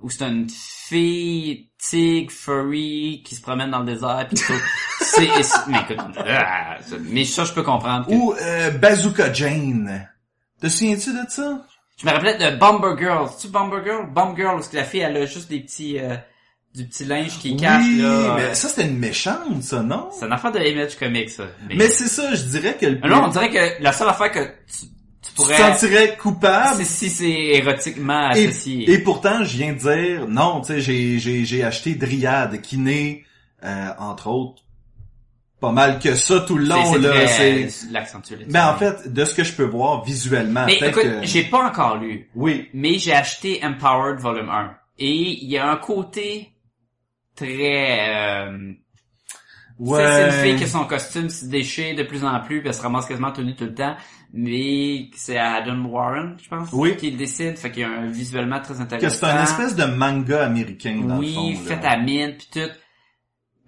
Speaker 1: où c'est une fille tig furry qui se promène dans le désert pis
Speaker 3: [LAUGHS]
Speaker 1: tout. c'est, et c'est- mais écoute, ah, ça- mais ça je peux comprendre. que-
Speaker 3: Ou euh, Bazooka Jane. Te souviens-tu de ça?
Speaker 1: Je me rappelais de Bomber Girl. C'est-tu Bomber Girl? Bomber Girl, parce que la fille, elle a juste des petits, euh, du petit linge qui cache,
Speaker 3: oui,
Speaker 1: là. Euh,
Speaker 3: mais ça c'était une méchante, ça, non?
Speaker 1: C'est une affaire de Image Comics, ça.
Speaker 3: Mais c'est ça, je dirais que le
Speaker 1: Mais Là, on dirait que la seule affaire que tu, Ah tu
Speaker 3: tu te
Speaker 1: pourrais...
Speaker 3: sentirais coupable.
Speaker 1: c'est si c'est érotiquement
Speaker 3: Et,
Speaker 1: associé.
Speaker 3: et pourtant, je viens de dire, non, tu sais, j'ai, j'ai, j'ai acheté Dryad, qui n'est, euh, entre autres, pas mal que ça tout le
Speaker 1: C'est-
Speaker 3: long,
Speaker 1: c'est
Speaker 3: là.
Speaker 1: très,
Speaker 3: c'est-
Speaker 1: euh, l'accentuer là-dessus.
Speaker 3: Mais Ben, en fait, de ce que je peux voir visuellement,
Speaker 1: Mais
Speaker 3: peut-être
Speaker 1: écoute,
Speaker 3: que-
Speaker 1: j'ai pas encore lu,
Speaker 3: Oui.
Speaker 1: mais j'ai acheté Empowered Volume 1. Et il y a un côté très... euh, tu sais,
Speaker 3: Ouais.
Speaker 1: C'est une fille que son costume se déchire de plus en plus, puis elle se ramasse quasiment tenue tout le temps. Mais c'est Adam Warren, je pense,
Speaker 3: Oui.
Speaker 1: qui le décide. Fait qu'il y a un visuellement très intéressant.
Speaker 3: Que c'est un espèce de manga américain, dans le fond.
Speaker 1: Oui,
Speaker 3: là.
Speaker 1: fait à mine pis tout.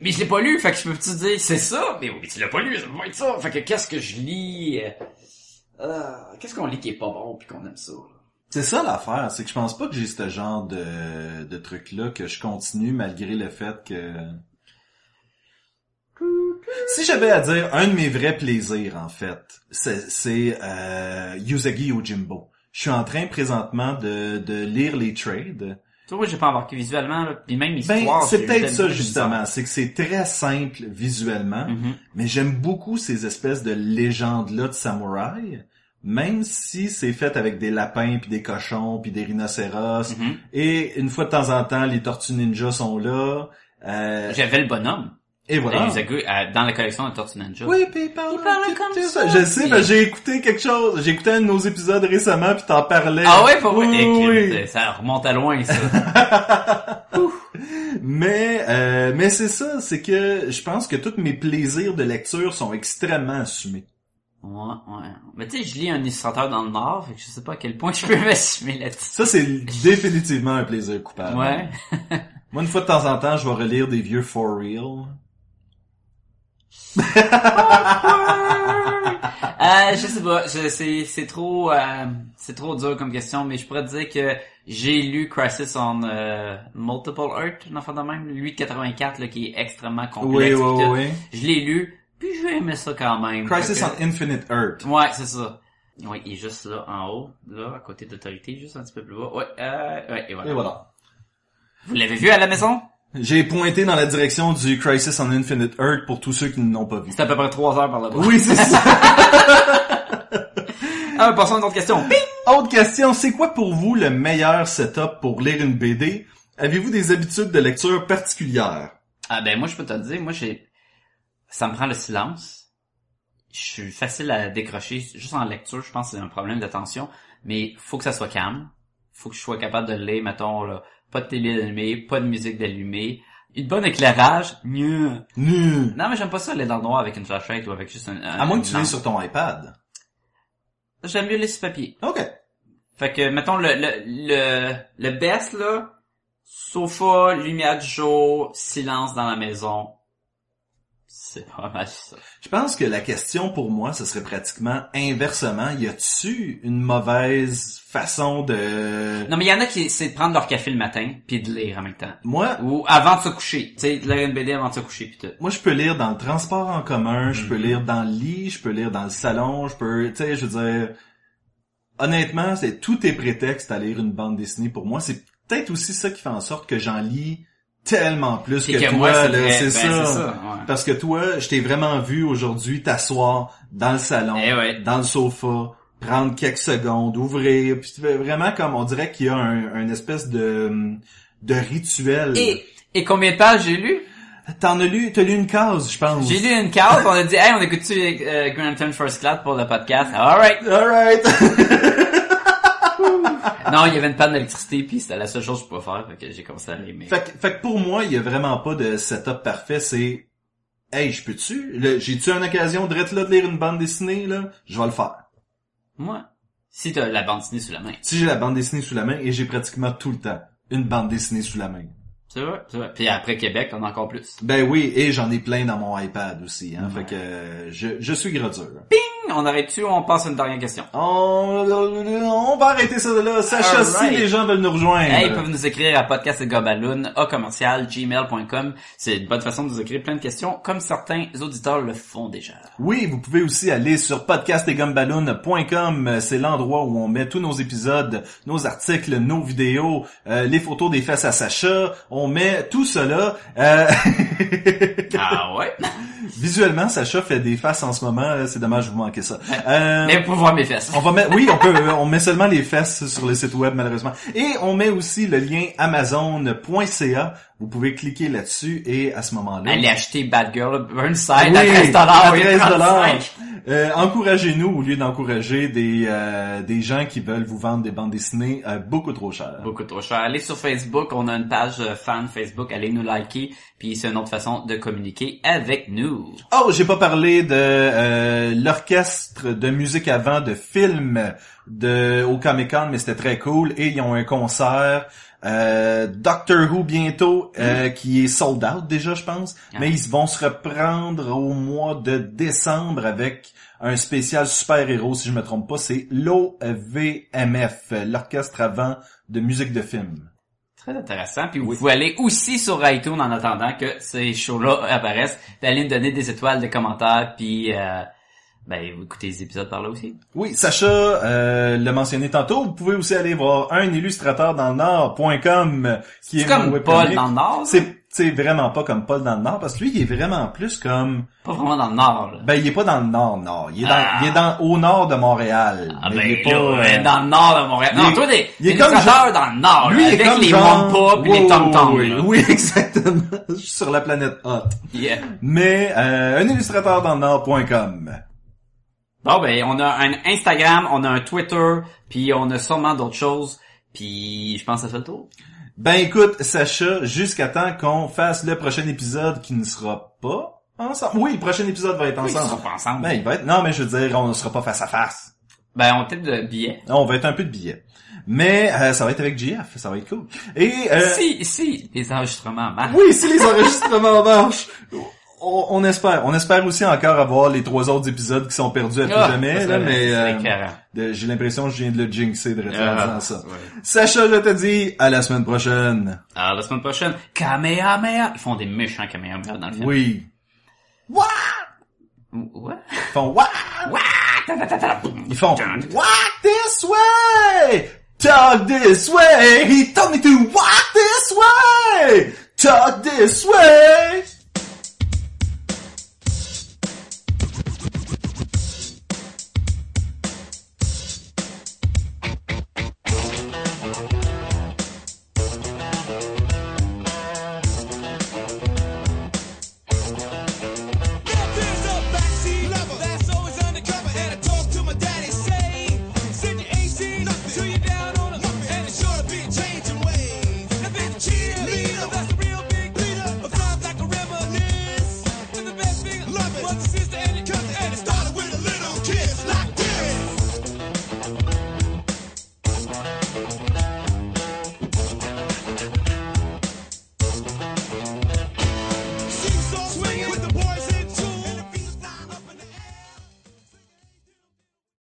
Speaker 1: Mais je l'ai pas lu, fait que je peux te dire c'est ça, mais oui, mais tu l'as pas lu, ça va être ça. Fait que qu'est-ce que je lis euh, euh, qu'est-ce qu'on lit qui est pas bon puis qu'on aime ça. là?
Speaker 3: C'est ça l'affaire, c'est que je pense pas que j'ai ce genre de, de truc-là que je continue malgré le fait que... Si j'avais à dire un de mes vrais plaisirs, en fait, c'est c'est, euh, Yuzagi Ojimbo. Je suis en train présentement de, de lire les trades.
Speaker 1: Tu vois, j'ai pas embarqué visuellement là, puis même
Speaker 3: Ben,
Speaker 1: histoire.
Speaker 3: c'est
Speaker 1: j'ai-
Speaker 3: peut-être
Speaker 1: j'ai-
Speaker 3: ça
Speaker 1: j'ai-
Speaker 3: justement, c'est que c'est très simple visuellement,
Speaker 1: Mhm.
Speaker 3: mais j'aime beaucoup ces espèces de légendes-là de samouraï, même si c'est fait avec des lapins, puis des cochons, puis des rhinocéros,
Speaker 1: Mhm.
Speaker 3: et une fois de temps en temps, les tortues ninja sont là. Euh,
Speaker 1: J'avais le bonhomme
Speaker 3: et
Speaker 1: de
Speaker 3: voilà.
Speaker 1: Yuzaku, euh, dans la collection de Tortue Ninja.
Speaker 3: Oui, puis il parle,
Speaker 1: Il parle
Speaker 3: tout-
Speaker 1: comme
Speaker 3: tout
Speaker 1: ça.
Speaker 3: Je sais,
Speaker 1: Puis-
Speaker 3: ben, j'ai écouté quelque chose. J'ai écouté un de nos épisodes récemment, puis t'en parlais.
Speaker 1: Ah ouais, pour
Speaker 3: oui,
Speaker 1: vrai? Eh,
Speaker 3: oui.
Speaker 1: Ça remonte à loin ça. [LAUGHS]
Speaker 3: Mais, euh, mais c'est ça, c'est que je pense que tous mes plaisirs de lecture sont extrêmement assumés.
Speaker 1: ouais, ouais. Mais tu sais, je lis un illustrateur dans le Nord, fait que je sais pas à quel point je peux [LAUGHS] m'assumer là-dessus.
Speaker 3: Ça, c'est définitivement un plaisir coupable.
Speaker 1: Ouais.
Speaker 3: Moi, une fois de temps en temps, je vais relire des vieux For Real.
Speaker 1: [LAUGHS] Euh, je sais pas, je- c'est c'est trop euh, c'est trop dur comme question, mais je pourrais te dire que j'ai lu Crisis on euh, Multiple Earth, un enfant de même, lui de 84 là, qui est extrêmement
Speaker 3: Oui,
Speaker 1: complexe.
Speaker 3: oui,
Speaker 1: puis
Speaker 3: oui.
Speaker 1: tout.
Speaker 3: oui.
Speaker 1: Je l'ai lu, puis j'ai aimé ça quand même.
Speaker 3: Crisis
Speaker 1: Fait
Speaker 3: on
Speaker 1: que-
Speaker 3: Infinite Earth.
Speaker 1: Ouais, c'est ça. Oui, il est juste là en haut, là à côté d'autorité, juste un petit peu plus bas. Ouais, euh, ouais, et voilà.
Speaker 3: Et voilà.
Speaker 1: Vous l'avez vu à la maison
Speaker 3: J'ai pointé dans la direction du Crisis on Infinite Earth pour tous ceux qui ne l'ont pas vu.
Speaker 1: C'est à peu près trois heures par là-bas.
Speaker 3: Oui, c'est ça.
Speaker 1: [LAUGHS] Ah, passons à une autre question. Ping!
Speaker 3: Autre question, c'est quoi pour vous le meilleur setup pour lire une BD? Avez-vous des habitudes de lecture particulières?
Speaker 1: Ah ben moi je peux te le dire, moi j'ai ça me prend le silence. Je suis facile à décrocher juste en lecture, je pense que c'est un problème d'attention, mais faut que ça soit calme. Faut que je sois capable de lire mettons là, pas de télé allumée, pas de musique d'allumée, une bonne éclairage. Gneu.
Speaker 3: Nu.
Speaker 1: Non mais j'aime pas ça aller dans le noir avec une flashlight ou avec juste un, un-
Speaker 3: À moins
Speaker 1: une
Speaker 3: que tu
Speaker 1: lampe.
Speaker 3: lises sur ton iPad.
Speaker 1: J'aime mieux les sur papier.
Speaker 3: OK.
Speaker 1: Fait que mettons le le le, le best là, sofa, lumière du jour, silence dans la maison. C'est pas mal ça.
Speaker 3: Je pense que la question pour moi, ce serait pratiquement inversement. Y a-tu une mauvaise façon de...
Speaker 1: Non, mais il y en a qui, c'est de prendre leur café le matin, puis de lire en même temps.
Speaker 3: Moi,
Speaker 1: Ou avant de se coucher. Tu sais, de lire une BD avant de se coucher, puis tout.
Speaker 3: moi, je peux lire dans le transport en commun, je
Speaker 1: Mhm.
Speaker 3: peux lire dans le lit, je peux lire dans le salon, je peux, tu sais, je veux dire, honnêtement, c'est tout est prétexte à lire une bande dessinée pour moi. C'est peut-être aussi ça qui fait en sorte que j'en lis tellement plus que,
Speaker 1: C'est
Speaker 3: toi, là,
Speaker 1: vrai.
Speaker 3: c'est
Speaker 1: Ben,
Speaker 3: ça.
Speaker 1: ouais.
Speaker 3: Parce que toi, je t'ai vraiment vu aujourd'hui t'asseoir dans le salon,
Speaker 1: Eh ouais.
Speaker 3: dans le sofa, prendre quelques secondes, ouvrir, puis tu fais vraiment comme on dirait qu'il y a un, un espèce de de rituel.
Speaker 1: Et, et combien de pages j'ai lu?
Speaker 3: T'en as lu, t'as lu une case, je pense.
Speaker 1: J'ai lu une carte, on a dit, hey, on écoute-tu euh, Grand Theft First Class pour le podcast? Alright!
Speaker 3: [LAUGHS] Alright.
Speaker 1: Non, il y avait une panne d'électricité, puis c'était la seule chose que je pouvais faire, fait que j'ai commencé à lire. mais-
Speaker 3: fait, que- fait que pour moi, il y a vraiment pas de setup parfait, c'est Hey, je peux-tu? Le- J'ai-tu une occasion de là de lire une bande dessinée, là? Je vais le faire.
Speaker 1: Moi, si t'as la bande dessinée sous la main.
Speaker 3: Si j'ai la bande dessinée sous la main, et j'ai pratiquement tout le temps une bande dessinée sous la main.
Speaker 1: C'est vrai, c'est vrai. Puis après Québec, t'en as encore plus.
Speaker 3: Ben oui, et j'en ai plein dans mon iPad aussi, hein.
Speaker 1: Ouais.
Speaker 3: Fait que euh, je, je suis gradure.
Speaker 1: Ping! On arrête-tu ou on passe à une dernière question?
Speaker 3: On, on va arrêter ça de là. Sacha,
Speaker 1: All
Speaker 3: si
Speaker 1: right.
Speaker 3: les gens veulent nous rejoindre.
Speaker 1: Hey, euh, ils peuvent nous écrire à podcastgobaloon, à commercial, gmail.com. C'est une bonne façon de nous écrire plein de questions, comme certains auditeurs le font déjà.
Speaker 3: Oui, vous pouvez aussi aller sur podcastetgumballoon.com. C'est l'endroit où on met tous nos épisodes, nos articles, nos vidéos, euh, les photos des fesses à Sacha. On met tout cela. euh, [LAUGHS]
Speaker 1: Ah ouais?
Speaker 3: Visuellement, Sacha fait des faces en ce moment. Euh, C'est dommage, vous manquez ça.
Speaker 1: [LAUGHS]
Speaker 3: Euh,
Speaker 1: Mais pour voir mes fesses.
Speaker 3: On va mettre, oui, on peut, euh, on met seulement les fesses sur le site web, malheureusement. Et on met aussi le lien amazon.ca. Vous pouvez cliquer là-dessus et à ce moment-là.
Speaker 1: Allez acheter Bad Girl Burnside
Speaker 3: Oui,
Speaker 1: à 13 dollars,
Speaker 3: à 13
Speaker 1: 35.
Speaker 3: Euh, encouragez-nous au lieu d'encourager des, euh, des gens qui veulent vous vendre des bandes dessinées euh, beaucoup trop chères.
Speaker 1: Beaucoup trop cher. Allez sur Facebook, on a une page euh, fan Facebook, allez nous liker, puis c'est une autre façon de communiquer avec nous.
Speaker 3: Oh, j'ai pas parlé de euh, l'orchestre de musique avant de film de au Comic Con, mais c'était très cool. Et ils ont un concert euh, Doctor Who bientôt euh, qui est sold out déjà, je pense.
Speaker 1: Ah.
Speaker 3: Mais ils vont se reprendre au mois de décembre avec un spécial super héros, si je me trompe pas. C'est l'OVMF, l'orchestre avant de musique de film.
Speaker 1: Très intéressant. Puis vous pouvez aller aussi sur iTunes en attendant que ces shows-là [LAUGHS] apparaissent. Puis allez nous donner des étoiles, des commentaires, puis euh, ben vous écoutez les épisodes par là aussi.
Speaker 3: Oui, Sacha euh, l'a mentionné tantôt. Vous pouvez aussi aller voir un illustrateur dans le Nord.com qui est,
Speaker 1: C'est
Speaker 3: mon
Speaker 1: comme
Speaker 3: webcomic.
Speaker 1: Paul dans le Nord. C'est
Speaker 3: C'est c'est vraiment pas comme Paul dans le Nord parce que lui il est vraiment plus comme
Speaker 1: pas vraiment dans le Nord. Là.
Speaker 3: ben il est pas dans le Nord Nord. Il est dans
Speaker 1: Ah.
Speaker 3: il est dans au nord de Montréal.
Speaker 1: Ah
Speaker 3: Mais
Speaker 1: ben,
Speaker 3: il est pas,
Speaker 1: là,
Speaker 3: euh,
Speaker 1: dans le nord de Montréal.
Speaker 3: il
Speaker 1: Non,
Speaker 3: est-
Speaker 1: toi, des,
Speaker 3: il est
Speaker 1: des
Speaker 3: comme
Speaker 1: luttateurs dans le nord,
Speaker 3: lui
Speaker 1: là,
Speaker 3: il est
Speaker 1: avec
Speaker 3: comme
Speaker 1: les
Speaker 3: genre
Speaker 1: Wampa puis
Speaker 3: Wow,
Speaker 1: les Tom Tom.
Speaker 3: oui, oui, [LAUGHS] exactement. Je suis sur la planète Hot. Mais euh, un illustrateur dans le Nord.com.
Speaker 1: Bon, ben, on a un Instagram, on a un Twitter, puis on a sûrement d'autres choses. Puis je pense que ça fait le tour.
Speaker 3: Ben écoute, Sacha, jusqu'à temps qu'on fasse le prochain épisode qui ne sera pas ensemble. Oui, le prochain épisode va être
Speaker 1: Oui,
Speaker 3: ensemble.
Speaker 1: ils sont pas ensemble.
Speaker 3: Ben, il va être... Non, mais je veux dire, on ne sera pas face à face.
Speaker 1: Ben, on peut-être de billets.
Speaker 3: Non, on va être un peu de billets. Mais euh, ça va être avec GF, ça va être cool. Et euh,
Speaker 1: Si, si, les enregistrements marchent.
Speaker 3: oui, si les enregistrements [LAUGHS] marchent, on, on espère. On espère aussi encore avoir les trois autres épisodes qui sont perdus à tout
Speaker 1: Ah,
Speaker 3: jamais.
Speaker 1: ça,
Speaker 3: Là,
Speaker 1: c'est-
Speaker 3: mais
Speaker 1: c'est
Speaker 3: euh,
Speaker 1: écœurant.
Speaker 3: de- j'ai l'impression que je viens de le jinxer de en
Speaker 1: Ah,
Speaker 3: disant ça.
Speaker 1: ouais.
Speaker 3: Sacha, je te dis à la semaine prochaine.
Speaker 1: Alors, la semaine prochaine, Kamehameha. Ils font des méchants Kamehameha dans le film.
Speaker 3: Oui.
Speaker 1: Ouais.
Speaker 3: Ils font what? Ils font What this way? Talk this way! He told me to walk this way! Talk this way!